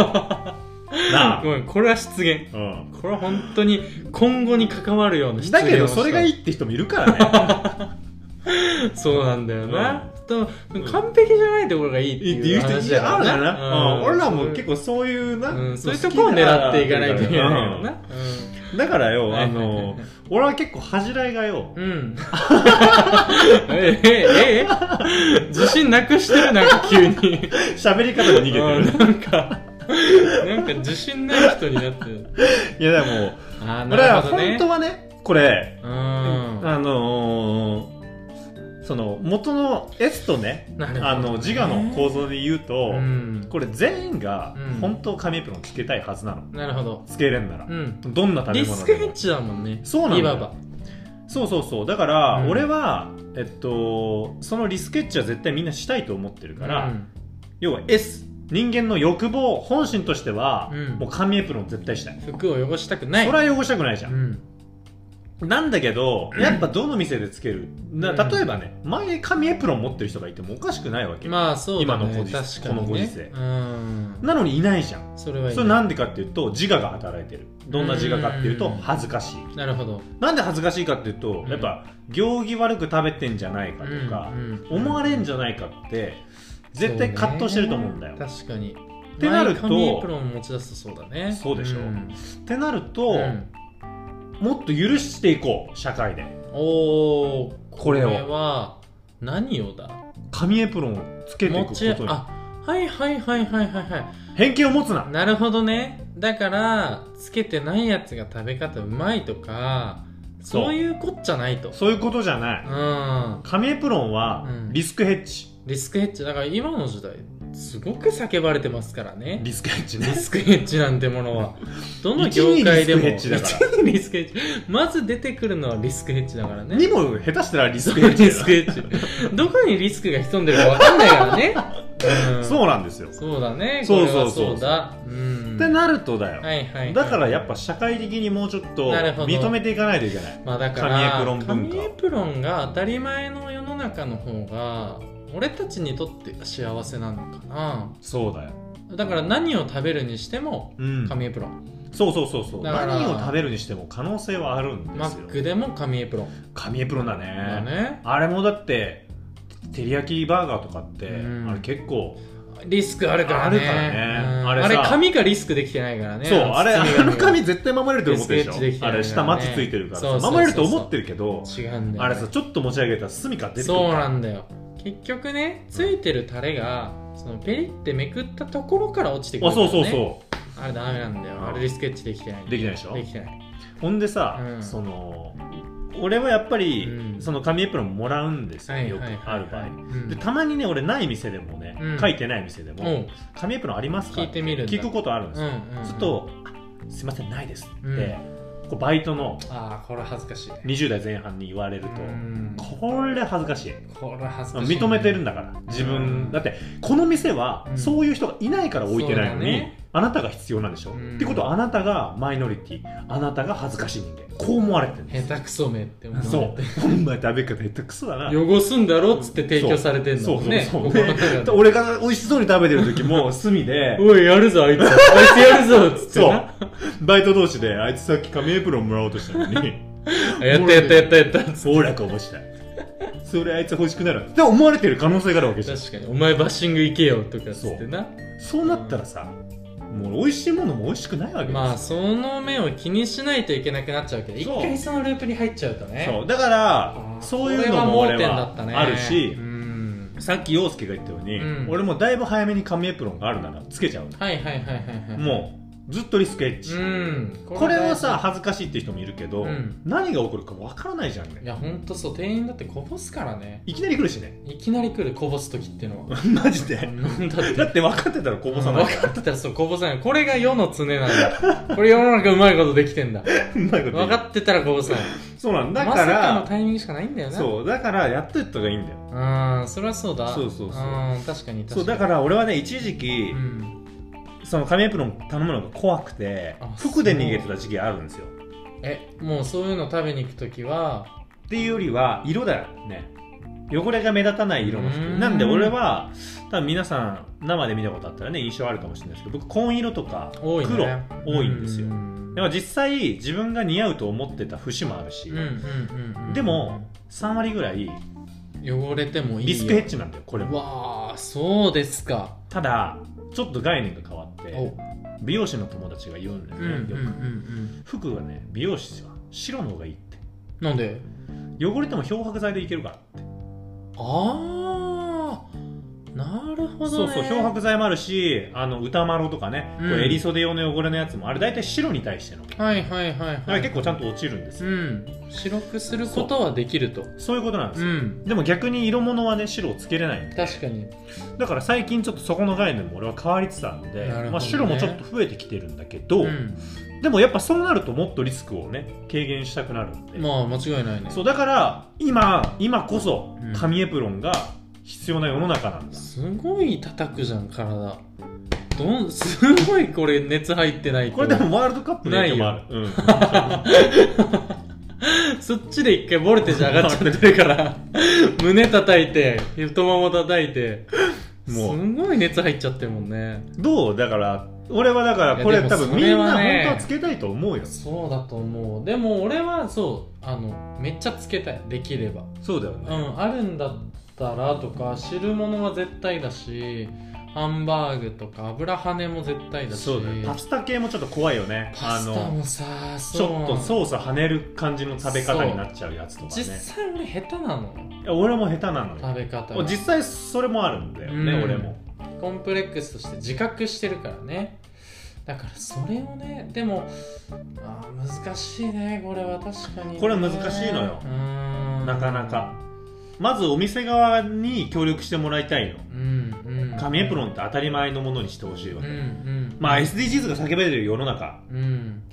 Speaker 1: *laughs*
Speaker 2: なあ
Speaker 1: ご、めんこれは失言
Speaker 2: うん、
Speaker 1: これは本当に今後に関わるような失言
Speaker 2: だけど
Speaker 1: をした
Speaker 2: それがいいって人もいるから
Speaker 1: *laughs*
Speaker 2: ね
Speaker 1: そうなんだよな、と完璧じゃないところがいいって
Speaker 2: いいって
Speaker 1: いう
Speaker 2: 言う人
Speaker 1: 話
Speaker 2: いるあるんだな、
Speaker 1: う
Speaker 2: うんん、俺らも結構そういうな、
Speaker 1: うん、そういうところを狙っていかないといけないよな、
Speaker 2: うんだからよ、
Speaker 1: はい
Speaker 2: あ
Speaker 1: *laughs*
Speaker 2: の俺は結構恥じらいがよ
Speaker 1: うん。ええええ自信なくしてるなんか急に。
Speaker 2: 喋り方が逃げて
Speaker 1: う
Speaker 2: る
Speaker 1: んなんか、なんか自信ない人になってる。
Speaker 2: いやでも
Speaker 1: ああ、
Speaker 2: 俺
Speaker 1: なるほ
Speaker 2: は
Speaker 1: ど
Speaker 2: 本
Speaker 1: ね。
Speaker 2: 当はねこれ、
Speaker 1: うん。
Speaker 2: あのーその元の S とね
Speaker 1: なるほどね
Speaker 2: あの自我の構造で言うと、
Speaker 1: うん
Speaker 2: これ全員が
Speaker 1: うん
Speaker 2: 本当紙エプロンつけたいはずなの、
Speaker 1: なるほど
Speaker 2: つけれんなら
Speaker 1: う、ん
Speaker 2: どんな食べ
Speaker 1: リ
Speaker 2: 物
Speaker 1: スクヘ
Speaker 2: で
Speaker 1: ッ
Speaker 2: も
Speaker 1: ジだもんね
Speaker 2: そうなんだよ
Speaker 1: いわば
Speaker 2: そうそうそうだから、
Speaker 1: うん
Speaker 2: 俺はえっとそのリスケッチは絶対みんなしたいと思ってるか
Speaker 1: う
Speaker 2: ら、
Speaker 1: ん
Speaker 2: 要は S 人間の欲望本心としては、
Speaker 1: うん
Speaker 2: もう紙エプロン絶対したい
Speaker 1: 服を汚したくない
Speaker 2: それは汚したくないじゃ、
Speaker 1: うんん
Speaker 2: なんだけどやっぱどの店でつける、な
Speaker 1: うん
Speaker 2: 例えばね前紙エプロン持ってる人がいてもおかしくないわけ、
Speaker 1: まあそうだ、ね、
Speaker 2: 今のご時世
Speaker 1: 確かに、ね、
Speaker 2: このご時世
Speaker 1: うん
Speaker 2: なのにいないじゃん
Speaker 1: それはいい
Speaker 2: それなんでかっていうと自我が働いてるどんな自我かっていうと
Speaker 1: うん
Speaker 2: 恥ずかしい
Speaker 1: なるほど
Speaker 2: なんで恥ずかしいかっていうと
Speaker 1: うん
Speaker 2: やっぱ行儀悪く食べてんじゃないかとか、思われんじ
Speaker 1: ゃ
Speaker 2: ゃないかって絶対葛藤してると思うんだよ、
Speaker 1: 確かにって
Speaker 2: なると
Speaker 1: 紙エプロン持ち出すとそうだね
Speaker 2: そうでしょ
Speaker 1: ん
Speaker 2: ってなると、
Speaker 1: うん
Speaker 2: もっと許していこう社会で
Speaker 1: おお
Speaker 2: これを
Speaker 1: は何をだ
Speaker 2: 紙エプロンをつけていく
Speaker 1: 持
Speaker 2: こと
Speaker 1: ち
Speaker 2: に
Speaker 1: あはいはいはいはいはいはい
Speaker 2: 偏見を持つな
Speaker 1: なるほどねだからつけてないやつが食べ方うまいとか
Speaker 2: そう
Speaker 1: そういうこっちゃないと
Speaker 2: そういうことじゃない
Speaker 1: うん
Speaker 2: 紙エプロンは
Speaker 1: うん
Speaker 2: リスクヘッジ、
Speaker 1: リスクヘッジだから今の時代すごく叫ばれてますからね
Speaker 2: リスクヘッジ
Speaker 1: リ
Speaker 2: ね
Speaker 1: スクヘッジなんてものは、どの業界でも、
Speaker 2: 一にリスクヘッジだから
Speaker 1: 一にリスクヘッジまず出てくるのはリスクヘッジだからね。
Speaker 2: にも下手したらリ
Speaker 1: そ
Speaker 2: ス
Speaker 1: う
Speaker 2: クヘッジ
Speaker 1: リ
Speaker 2: だ
Speaker 1: スクヘッジ。どこにリスクが潜んでるかわかんないからね。うん
Speaker 2: そうなんですよ、
Speaker 1: そうだね。
Speaker 2: そうそう
Speaker 1: これはそうだ。うん。
Speaker 2: ってなるとだよ、
Speaker 1: はいはいはい
Speaker 2: だからやっぱ社会的にもうちょっと
Speaker 1: なるほど
Speaker 2: 認めていかないといけない
Speaker 1: まあだから、
Speaker 2: 紙エプロン文化
Speaker 1: 紙エプロンが当たり前の世の中の方が、俺たちにとって幸せなのかな。
Speaker 2: そうだよ、
Speaker 1: だから何を食べるにしても、
Speaker 2: うん、
Speaker 1: 紙エプロン。
Speaker 2: そうそうそうそう
Speaker 1: だから
Speaker 2: 何を食べるにしても可能性はあるんで
Speaker 1: マ
Speaker 2: す
Speaker 1: ック
Speaker 2: よ
Speaker 1: でも紙エプロン。
Speaker 2: 紙エプロンだね
Speaker 1: だね。
Speaker 2: あれもだって照り焼きバーガーとかって、
Speaker 1: うん
Speaker 2: あれ結構
Speaker 1: リスクあるからね。
Speaker 2: あるからね
Speaker 1: うん
Speaker 2: あ
Speaker 1: あ
Speaker 2: れ
Speaker 1: れ
Speaker 2: さ
Speaker 1: 紙がリスクできてないからね。
Speaker 2: そう、あれ、
Speaker 1: 包み
Speaker 2: あ
Speaker 1: 紙
Speaker 2: の紙絶対守れると思ってるで
Speaker 1: リスクエッジでき
Speaker 2: しょ。
Speaker 1: てるから
Speaker 2: あ
Speaker 1: ね
Speaker 2: れ、下マチついてるから
Speaker 1: そうそう
Speaker 2: さ、
Speaker 1: そう
Speaker 2: 守れると思ってるけど、
Speaker 1: 違うんだよ、ね。
Speaker 2: あれさ、ちょっと持ち上げたら隅から出てくる
Speaker 1: そう
Speaker 2: から
Speaker 1: なんだよ。結局ね、ついてるタレが、そのペリってめくったところから落ちてくる
Speaker 2: あ、
Speaker 1: から、ね。
Speaker 2: そうそうそ
Speaker 1: あれダメなんだよ。あれリスクエッジできてない。
Speaker 2: う。できないでしょ
Speaker 1: できてない。
Speaker 2: ほんでさ
Speaker 1: う、ん
Speaker 2: その、俺はやっぱり
Speaker 1: う、ん
Speaker 2: その紙エプロンもらうんですよ、
Speaker 1: はい
Speaker 2: よく
Speaker 1: はいはい。
Speaker 2: ある場
Speaker 1: う
Speaker 2: 合。
Speaker 1: ん
Speaker 2: で、たまにね、俺、ない店でもね
Speaker 1: う、ん
Speaker 2: 書いてない店で
Speaker 1: う
Speaker 2: も
Speaker 1: ん、
Speaker 2: 紙エプロンありますか
Speaker 1: 聞いてみるんだ
Speaker 2: 聞くことあるんです
Speaker 1: うん
Speaker 2: よ。
Speaker 1: うんうん
Speaker 2: すると、あすいません、ないですって、こうバイトの
Speaker 1: ああ、これ恥ずかしいね。
Speaker 2: 20代前半に言われる
Speaker 1: うん
Speaker 2: と、これ恥ずかしい。
Speaker 1: これ恥ずかしいね、
Speaker 2: 認めてるんだから自分、
Speaker 1: うん
Speaker 2: だってこの店は
Speaker 1: うん
Speaker 2: そういう人がいないから置いてないのに、
Speaker 1: そうだね
Speaker 2: あなたが必要なんでしょ、
Speaker 1: うん
Speaker 2: ってことはあなたがマイノリティあなたが恥ずかしい人間こう思われてるんです
Speaker 1: 下手くそめって思われて
Speaker 2: そうお前食べ方下手くそだな
Speaker 1: 汚すんだろっつって提供されてんだ
Speaker 2: そ
Speaker 1: も
Speaker 2: うんそう
Speaker 1: ね。
Speaker 2: そう、
Speaker 1: 心の中
Speaker 2: ね
Speaker 1: で、
Speaker 2: 俺が美味しそうに食べてる時も隅で
Speaker 1: おい、やるぞ、あいつ。あいつやるぞ、つって
Speaker 2: そ
Speaker 1: な
Speaker 2: う。バイト同士であいつさっき紙エプロンもらおうとした
Speaker 1: *laughs*
Speaker 2: のに
Speaker 1: あやったやったやったやった。確
Speaker 2: 暴落を起こしたいそれあいつ欲しくなるって思われてる可能性があるわけじゃん
Speaker 1: かに、お前バッシング行けよとかつってな。
Speaker 2: そうなったらさもう美味しいものも美味しくないわけですよ
Speaker 1: まあ、その目を気にしないといけなくなっちゃうけど、一
Speaker 2: そう
Speaker 1: 回そのループに入っちゃうとね。
Speaker 2: そうだからそういうのも
Speaker 1: これは
Speaker 2: 俺
Speaker 1: 盲点だったね。
Speaker 2: はあるし
Speaker 1: う、ん。
Speaker 2: さっき陽介が言ったように、
Speaker 1: うん
Speaker 2: 俺もだいぶ早めに紙エプロンがあるならつけちゃうの、
Speaker 1: はいはいはいはいはい。
Speaker 2: もうずっとリスクエッジ、
Speaker 1: うん。
Speaker 2: これは、さ恥ずかしいって人もいるけど、
Speaker 1: うん
Speaker 2: 何が起こるかわからないじゃん
Speaker 1: い
Speaker 2: ね
Speaker 1: や、ほんとそう、店員だってこぼすからね。
Speaker 2: いきなり来るしね *laughs*
Speaker 1: いきなり来るこぼす時ってのは。
Speaker 2: マジで
Speaker 1: なんだって
Speaker 2: だって分かってたらこぼさない
Speaker 1: 分かってたらそうこぼさないこれが世の常なんだこれ世の中うまいことできてんだ
Speaker 2: うまいこと言
Speaker 1: 分
Speaker 2: う
Speaker 1: かってたらこぼさない
Speaker 2: そうなんだ
Speaker 1: ま
Speaker 2: か、
Speaker 1: さからのタイミングしかないんだよな
Speaker 2: そうだからやっといた方がいいんだよ
Speaker 1: うんそれはそうだ
Speaker 2: そうそうそうん
Speaker 1: 確かに確かに
Speaker 2: そうだから俺はね一時期、
Speaker 1: うん
Speaker 2: その紙エプロン頼むのが怖くて
Speaker 1: あ
Speaker 2: 服で逃げてた時期あるんですよ
Speaker 1: えもうそういうの食べに行く時は
Speaker 2: っていうよりは色だよね汚れが目立たない色の服
Speaker 1: うーん
Speaker 2: なんで俺は多分皆さん生で見たことあったらね印象あるかもしれないですけど僕紺色とか
Speaker 1: 多いね
Speaker 2: 黒多いんですよ
Speaker 1: うん
Speaker 2: でも実際自分が似合うと思ってた節もあるし、
Speaker 1: うんうんうんうん
Speaker 2: でも3割ぐらい
Speaker 1: 汚れてもいい
Speaker 2: リスクヘッジなんだよこれ
Speaker 1: ジ
Speaker 2: も
Speaker 1: わあそうですか
Speaker 2: ただちょっと概念が変わって
Speaker 1: お
Speaker 2: 美容師の友達が言うんだよ
Speaker 1: うんうん
Speaker 2: ね、
Speaker 1: うんう
Speaker 2: よく
Speaker 1: ん
Speaker 2: 服はね美容師は白の方がいいって
Speaker 1: なんで
Speaker 2: 汚れても漂白剤でいけるから
Speaker 1: ああなるほ
Speaker 2: そ
Speaker 1: ど、
Speaker 2: う
Speaker 1: ね、
Speaker 2: そう漂白剤もあるしあの歌丸とかね、
Speaker 1: うん
Speaker 2: これ襟袖用の汚れのやつもあれ大体白に対してのだか
Speaker 1: はいはいはいは
Speaker 2: ら
Speaker 1: い
Speaker 2: 結構ちゃんと落ちるんです
Speaker 1: う
Speaker 2: よ、
Speaker 1: ん白くすることはできると
Speaker 2: そういうことなんで
Speaker 1: う
Speaker 2: すよ、
Speaker 1: ん
Speaker 2: でも逆に色物はね白をつけれないんで
Speaker 1: 確かに
Speaker 2: だから最近ちょっとそこの概念も俺は変わりつつあるので、
Speaker 1: なるほどね
Speaker 2: まあ、白もちょっと増えてきてるんだけど、
Speaker 1: ん、
Speaker 2: でもやっぱそうなるともっとリスクをね軽減したくなるんで、
Speaker 1: まあ間違いないね
Speaker 2: そうだから今今こそ
Speaker 1: うん
Speaker 2: 紙エプロンが必要な世の中なんだ、
Speaker 1: すごい叩くじゃん体どんすごいこれ熱入ってないと
Speaker 2: これでもワールドカップの影響もある、うん、
Speaker 1: そっちで一回ボルテージ上がっちゃってるから *laughs* 胸叩いて太もも叩いて
Speaker 2: もう
Speaker 1: すごい熱入っちゃってるもんね
Speaker 2: どうだから俺はだからこ
Speaker 1: いやで
Speaker 2: れ
Speaker 1: も
Speaker 2: 多分
Speaker 1: そ
Speaker 2: みん
Speaker 1: れ
Speaker 2: な
Speaker 1: は
Speaker 2: 本
Speaker 1: ね
Speaker 2: 当はつけたいと思うよ
Speaker 1: そうだと思うでも俺はそうあのめっちゃつけたいできれば
Speaker 2: そうだよ
Speaker 1: う
Speaker 2: ね、
Speaker 1: んあるんだったらとか汁物は絶対だしハンバーグとか油跳ねも絶対だし
Speaker 2: そうだよねパスタ系もちょっと怖いよね
Speaker 1: パスタ
Speaker 2: あの
Speaker 1: もさ
Speaker 2: ち
Speaker 1: そう
Speaker 2: ょっとソース跳ねる感じの食べ方になっちゃうやつとか
Speaker 1: 実
Speaker 2: ね
Speaker 1: 際俺下手なの
Speaker 2: いや俺も下手なのよ
Speaker 1: 食べ方が
Speaker 2: 実際それもあるんだよね、
Speaker 1: うん
Speaker 2: 俺も
Speaker 1: コンプレックスとして自覚してるからねだからそれをねでもあー難しいねこれは確かにね
Speaker 2: これは難しいのよ
Speaker 1: うーん
Speaker 2: なかなかまずお店側に協力してもらいたいの
Speaker 1: うんうん
Speaker 2: 紙エプロ
Speaker 1: ン
Speaker 2: ンって当たり前のものにしてほしいわ
Speaker 1: うん
Speaker 2: け、
Speaker 1: うん
Speaker 2: まあ SDGs が叫ばれてる世の中
Speaker 1: うん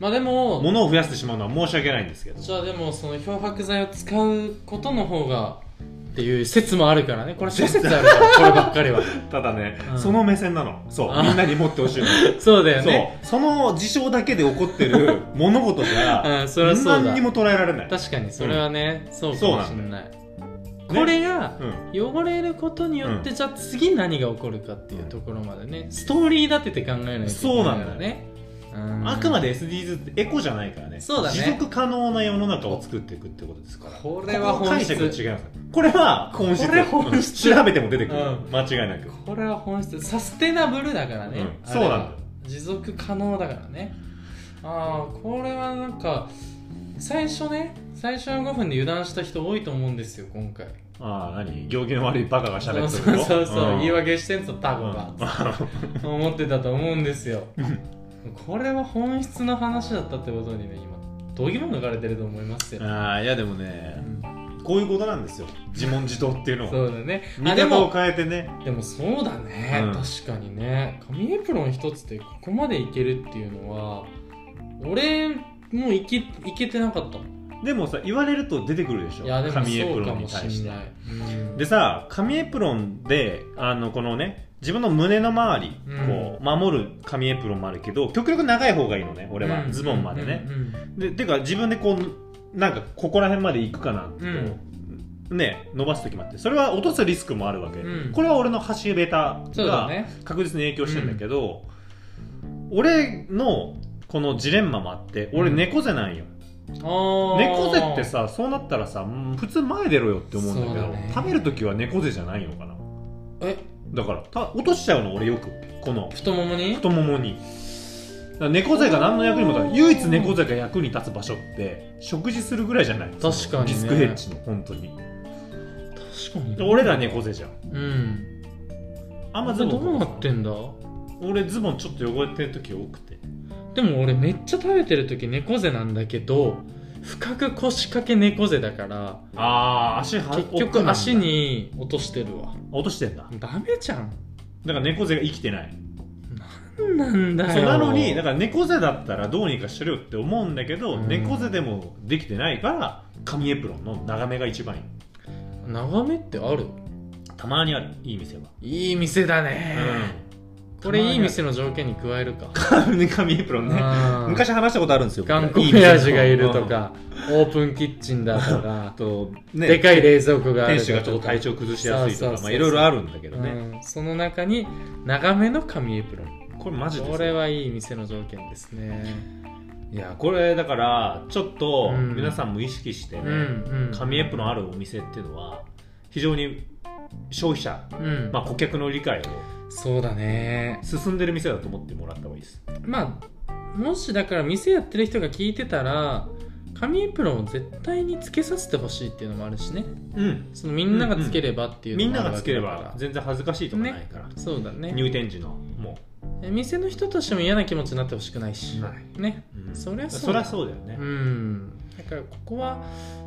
Speaker 1: まあでも
Speaker 2: 物を増やしてしまうのは申し訳ないんですけど
Speaker 1: じゃあでもその漂白剤を使うことの方がっていう説もあるからねこれ諸説ある
Speaker 2: *laughs*
Speaker 1: からこればっかりは
Speaker 2: ただね、
Speaker 1: うん
Speaker 2: その目線なのそ
Speaker 1: あ
Speaker 2: うみんなに持ってほしいの
Speaker 1: そうだよね
Speaker 2: そうその事象だけで起こって
Speaker 1: *laughs*
Speaker 2: る物事じゃ
Speaker 1: うんそれはそうだ
Speaker 2: 何にも捉えられない、
Speaker 1: 確かにそれはね、そうか
Speaker 2: そう
Speaker 1: も
Speaker 2: な
Speaker 1: しん
Speaker 2: ん
Speaker 1: ない、これが
Speaker 2: うん、
Speaker 1: 汚れることによって、じゃあ次何が起こるかっていうところまでねストーリー立てて考えないといけないからね
Speaker 2: あくま
Speaker 1: で
Speaker 2: で SDGs ってエコじゃないからね
Speaker 1: そうだね
Speaker 2: 持続可能な世の中を作っていくってことですから
Speaker 1: これは
Speaker 2: ここの
Speaker 1: 本
Speaker 2: 解釈
Speaker 1: 質
Speaker 2: 違いますこれは本質
Speaker 1: これ本質
Speaker 2: うん調べても出てくる、
Speaker 1: うん
Speaker 2: 間違いなく
Speaker 1: これは本質サステナブルだからね、あ
Speaker 2: うん
Speaker 1: れは
Speaker 2: そうなんだよ
Speaker 1: 持続可能だからねああこれはなんか最初ね最初の5分で油断した人多いと思うんですよ今回
Speaker 2: ああ何行儀の悪いバカが喋って
Speaker 1: そうそ
Speaker 2: る
Speaker 1: うそうそう、言い
Speaker 2: わ
Speaker 1: 訳してんぞタコが、思ってたと思うんですよこれは本質の話だったってことにね今どぎも抜かれてると思いますよ、
Speaker 2: ああいやでもねこういうことなんですよ自問自答っていうの
Speaker 1: そ
Speaker 2: は
Speaker 1: うだね
Speaker 2: 見
Speaker 1: あで
Speaker 2: 方を
Speaker 1: も
Speaker 2: 変えてね
Speaker 1: でもそうだね、
Speaker 2: うん
Speaker 1: 確かにね紙エプロン一つでここまでいけるっていうのは俺もういけいけてなかったもん
Speaker 2: でもさ言われると出てくるでしょ
Speaker 1: いやでも
Speaker 2: 紙エ
Speaker 1: そ
Speaker 2: プ
Speaker 1: うか
Speaker 2: ロンに
Speaker 1: も
Speaker 2: 対
Speaker 1: し
Speaker 2: して
Speaker 1: んないうん
Speaker 2: でさ紙エプロンであのこのね自分の胸の周り、
Speaker 1: うん
Speaker 2: こう守る紙エプロンもあるけど極力長い方がいいのね俺は、
Speaker 1: うん
Speaker 2: ズボンまでね
Speaker 1: う、んうん
Speaker 2: でてか自分でこうなんかここら辺まで行くかなって、
Speaker 1: うん
Speaker 2: ね伸ばす時もあってそれは落とすリスクもあるわけ、
Speaker 1: うん
Speaker 2: これは俺の橋ベタ
Speaker 1: そうだ
Speaker 2: が
Speaker 1: ね
Speaker 2: 確実に影響してるんだけど、俺のこのジレンマもあって俺
Speaker 1: うん
Speaker 2: 猫背なんよ、
Speaker 1: 猫
Speaker 2: 猫背ってさそうなったらさうん普通前出ろよって思うんだけど
Speaker 1: そうだね
Speaker 2: 食べる時は猫背じゃないのかな
Speaker 1: え
Speaker 2: だからた落としちゃうの俺よくこの
Speaker 1: 太ももに
Speaker 2: 太ももにだから猫背が何の役にも立たない唯一猫背が役に立つ場所って食事するぐらいじゃない
Speaker 1: 確かにね
Speaker 2: リスクヘッジの本当に
Speaker 1: 確かに
Speaker 2: で俺ら猫背じゃん
Speaker 1: うん
Speaker 2: あんま
Speaker 1: あ
Speaker 2: ズボ
Speaker 1: ど
Speaker 2: ン
Speaker 1: うなってんだ
Speaker 2: 俺ズボンちょっと汚れてる時多くて
Speaker 1: でも俺めっちゃ食べてる時猫背なんだけど深く腰掛け猫背だから
Speaker 2: ああ足は
Speaker 1: 結
Speaker 2: 奥なん
Speaker 1: 局
Speaker 2: だ
Speaker 1: 足に落としてるわ
Speaker 2: 落としてんだだか
Speaker 1: ダメじゃん
Speaker 2: ら猫背が生きてない
Speaker 1: なんだよ
Speaker 2: そうなのにだから猫背だったらどうにかしろよって思うんだけど、
Speaker 1: うん
Speaker 2: 猫背でもできてないから紙エプロンの眺めが一番いい
Speaker 1: 眺めってある
Speaker 2: たまにあるいい店は、
Speaker 1: いい店だね、これいい店の条件に加えるか
Speaker 2: うん、紙エプロンね
Speaker 1: うん
Speaker 2: 昔話したことあるんですよ
Speaker 1: 頑固ペアジがいるとかオープンキッチンだと
Speaker 2: あ
Speaker 1: か
Speaker 2: と、ね、
Speaker 1: でかい冷蔵庫がある
Speaker 2: 店
Speaker 1: とか
Speaker 2: 主がちょっと体調崩しやす
Speaker 1: そうそう
Speaker 2: いと
Speaker 1: そう
Speaker 2: か
Speaker 1: そう
Speaker 2: まあいろいろあるんだけどね、
Speaker 1: うんその中に長めの紙エプロン
Speaker 2: これマジで
Speaker 1: こ
Speaker 2: さ
Speaker 1: れはいい店の条件ですね
Speaker 2: いやこれだからちょっと
Speaker 1: うん
Speaker 2: 皆さんも意識してね、
Speaker 1: うんうん
Speaker 2: 紙エプロンあるお店っていうのは非常に消費者、
Speaker 1: うん、
Speaker 2: まあ、顧客の理解を
Speaker 1: そうだね
Speaker 2: 進んでる店だと思ってもらった方がいいです
Speaker 1: まあもしだから店やってる人が聞いてたら紙エプロンを絶対につけさせてほしいっていうのもあるしね
Speaker 2: うん
Speaker 1: そのみんながつければっていうの
Speaker 2: みん
Speaker 1: もあ
Speaker 2: な
Speaker 1: る
Speaker 2: がつけれ
Speaker 1: わだ
Speaker 2: ば
Speaker 1: から
Speaker 2: 全然恥ずかしいとかないから、
Speaker 1: そうだね
Speaker 2: 入店時のも
Speaker 1: え店の人としても嫌な気持ちになってほしくないし、
Speaker 2: ない
Speaker 1: ね
Speaker 2: う、うん
Speaker 1: そりゃそうだ
Speaker 2: そりゃそうだよね
Speaker 1: う、んだからここは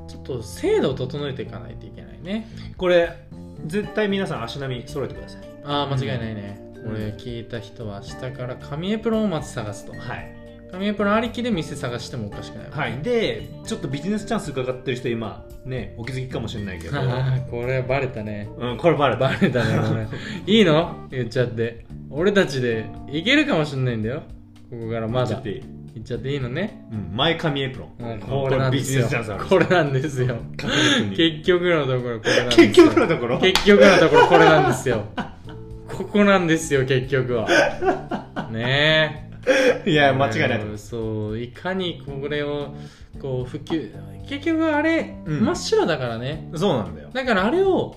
Speaker 1: ちょっと制度を整えていかないといけないね
Speaker 2: これ絶対皆さん足並み揃えてください
Speaker 1: ああ間違いないね、
Speaker 2: うん
Speaker 1: 俺聞いた人は下から紙エプロンをまず探すと
Speaker 2: はい、
Speaker 1: 紙エプロンありきで店探してもおかしくない
Speaker 2: はい、でちょっとビジネスチャンス伺ってる人今ねお気づきかもしれない
Speaker 1: *laughs*
Speaker 2: けど、
Speaker 1: いこれバレたね
Speaker 2: うん、これバレた
Speaker 1: バレたねこれ *laughs* いいの言っちゃって俺たちでいけるかもしんないんだよここからま
Speaker 2: ちょ
Speaker 1: だ
Speaker 2: っといい
Speaker 1: 言っちゃっていいのね
Speaker 2: うん、前髪エプロ
Speaker 1: もう
Speaker 2: ン。
Speaker 1: これなんで
Speaker 2: ビ
Speaker 1: す
Speaker 2: ジネ
Speaker 1: よ
Speaker 2: スチャンスある。
Speaker 1: これなんですよ
Speaker 2: 確実に
Speaker 1: 結局のところこれなんですよ
Speaker 2: *laughs* 結局のところ。
Speaker 1: 結局のところこれなんですよここなんですよ結局はね
Speaker 2: い
Speaker 1: え
Speaker 2: や、間違いないと
Speaker 1: う
Speaker 2: 思
Speaker 1: んそういかにこれをこう普及結局あれ、
Speaker 2: うん
Speaker 1: 真っ白だからね
Speaker 2: う。そう *laughs* なんだよ。
Speaker 1: だからあれを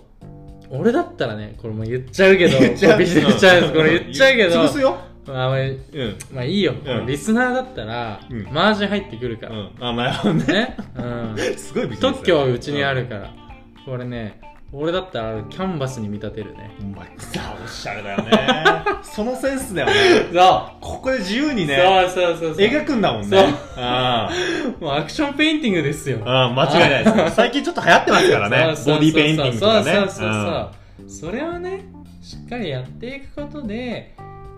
Speaker 1: 俺だったらねこれもう言っちゃうけど
Speaker 2: 言っちゃう
Speaker 1: これビジネスチャンスこれ言っちゃうけど
Speaker 2: 潰すよ。
Speaker 1: まあまあ
Speaker 2: うん。
Speaker 1: まあいいよ、
Speaker 2: うん
Speaker 1: リスナーだったら、
Speaker 2: うん
Speaker 1: マージン入ってくるか
Speaker 2: う
Speaker 1: ら、
Speaker 2: ん。あ、 *laughs* まあ、ね。
Speaker 1: ね、うん、
Speaker 2: すごいビジネスだよ。
Speaker 1: 特許はうちにあるから、これね俺だったらキャンバスに見立てるね
Speaker 2: うん。お前さ、おしゃれだよ
Speaker 1: *laughs*
Speaker 2: ね。そのセンスだよね。
Speaker 1: そう
Speaker 2: ここで自由にね、
Speaker 1: そうそうそうそう
Speaker 2: 描くんだもんね。
Speaker 1: そう
Speaker 2: あ
Speaker 1: もうアクションペインティングですよ
Speaker 2: あ。ああ、間違いな
Speaker 1: *laughs*
Speaker 2: いです。最近ちょっと流行ってますからね。
Speaker 1: そうそ
Speaker 2: ボ
Speaker 1: うそうそう
Speaker 2: ディペインティングとかね。
Speaker 1: そうそうそうそうそれはねしっかりやっていくことで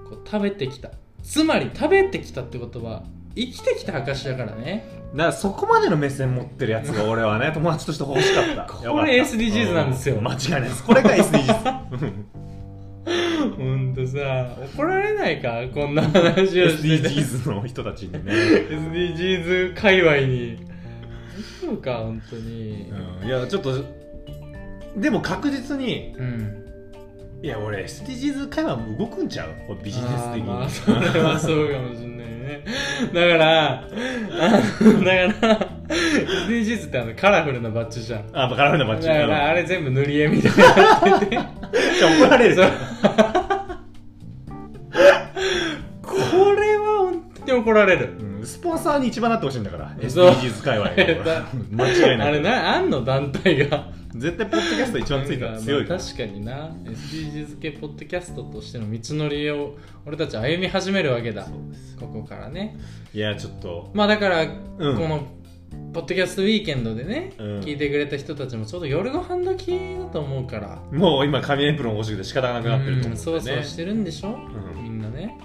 Speaker 1: こう食べてきたつまり食べてきたってことは生きてきた証だからね
Speaker 2: うんだからそこまでの目線持ってるやつが俺はね、友達として欲しかっ
Speaker 1: *laughs*
Speaker 2: た。
Speaker 1: これ
Speaker 2: よかった
Speaker 1: SDGs なんですよ
Speaker 2: う間違いないです。これが
Speaker 1: *laughs*
Speaker 2: SDGs。うん
Speaker 1: ほんとさ怒られないかこんな話をしてて
Speaker 2: SDGs の人たちにね、
Speaker 1: SDGs 界隈にそうか本当に
Speaker 2: うん、いやちょっとでも確実に
Speaker 1: うん
Speaker 2: いや俺 SDGs 会話も動くんちゃうこれビジネス的に、
Speaker 1: あーまあそれはそうかもしんないねだからあのだから SDGs ってあのカラフルなバッジじゃん
Speaker 2: *laughs* あまあカラフルなバッ
Speaker 1: だ
Speaker 2: チ
Speaker 1: か
Speaker 2: リ
Speaker 1: らあれ全部塗り絵みたいになってて
Speaker 2: 怒られる
Speaker 1: そうこれは本当に怒られる
Speaker 2: うんスポンサーに一番なってほしいんだから
Speaker 1: *laughs* そう
Speaker 2: SDGs
Speaker 1: *laughs*
Speaker 2: 界隈
Speaker 1: えっと
Speaker 2: が *laughs* 間違い
Speaker 1: あ
Speaker 2: な
Speaker 1: れ
Speaker 2: い
Speaker 1: なあんの団体が
Speaker 2: 絶対ポッドキャスト一番ついたら強
Speaker 1: *laughs*
Speaker 2: い
Speaker 1: ま
Speaker 2: か
Speaker 1: あ
Speaker 2: ら
Speaker 1: 確かにな SDGs 系ポッドキャストとしての道のりを俺たちは歩み始めるわけだ
Speaker 2: そうです
Speaker 1: ここからね
Speaker 2: いやちょっと
Speaker 1: まあだから、
Speaker 2: うん
Speaker 1: このポッドキャストウィーケンドでね、
Speaker 2: うん
Speaker 1: 聞いてくれた人たちもちょうど夜ご飯時だと思うから
Speaker 2: もう今紙エプロン欲しくて仕方なくなってると
Speaker 1: うん
Speaker 2: 思
Speaker 1: そううん
Speaker 2: で
Speaker 1: そ
Speaker 2: ね
Speaker 1: うしてるんでしょ、
Speaker 2: うん
Speaker 1: みんなね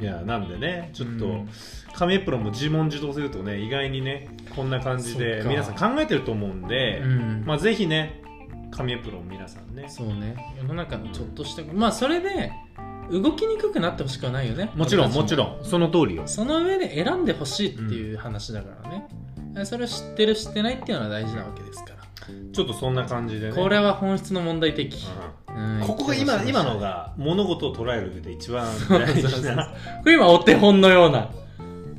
Speaker 2: いやなんでねちょっ
Speaker 1: う
Speaker 2: と
Speaker 1: ん
Speaker 2: 紙エプロンも自問自答するとね意外にねこんな感じ
Speaker 1: そ
Speaker 2: で
Speaker 1: っか
Speaker 2: 皆さん考えてると思うんで、
Speaker 1: うん
Speaker 2: まあぜひね紙エプロン皆さんね
Speaker 1: そうね世の中のちょっとしたまあそれで動きにくくなってほしくはないよね
Speaker 2: もちろんもち
Speaker 1: ん
Speaker 2: ろんその通りよ
Speaker 1: その上で選んでほしいっていう話だからね、それを知ってる知ってないっていうのは大事なわけですから、
Speaker 2: ちょっとそんな感じでね
Speaker 1: これは本質の問題的、うん
Speaker 2: うんここが
Speaker 1: 言
Speaker 2: 今
Speaker 1: ってほしい
Speaker 2: 今のが物事を捉える上で一番
Speaker 1: そう
Speaker 2: 大
Speaker 1: そう
Speaker 2: 事
Speaker 1: そう
Speaker 2: な
Speaker 1: これ今お手本のような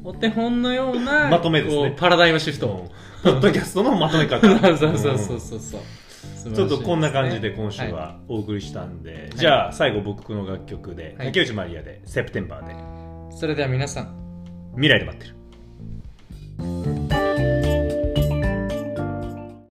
Speaker 1: お手本のような
Speaker 2: *laughs* まとめですね
Speaker 1: こうパラダイムシフ
Speaker 2: *laughs* うん
Speaker 1: ト、
Speaker 2: ポッドキャストのまとめ方
Speaker 1: *laughs* そうそうそうそううんそうそう
Speaker 2: ちょっとこんな感じで今週
Speaker 1: は
Speaker 2: はお送りしたんで、じゃあ最後僕の楽曲で、
Speaker 1: はい
Speaker 2: 竹内まりやで「セプテンバー」で
Speaker 1: それでは皆さん
Speaker 2: 「未来で待ってる」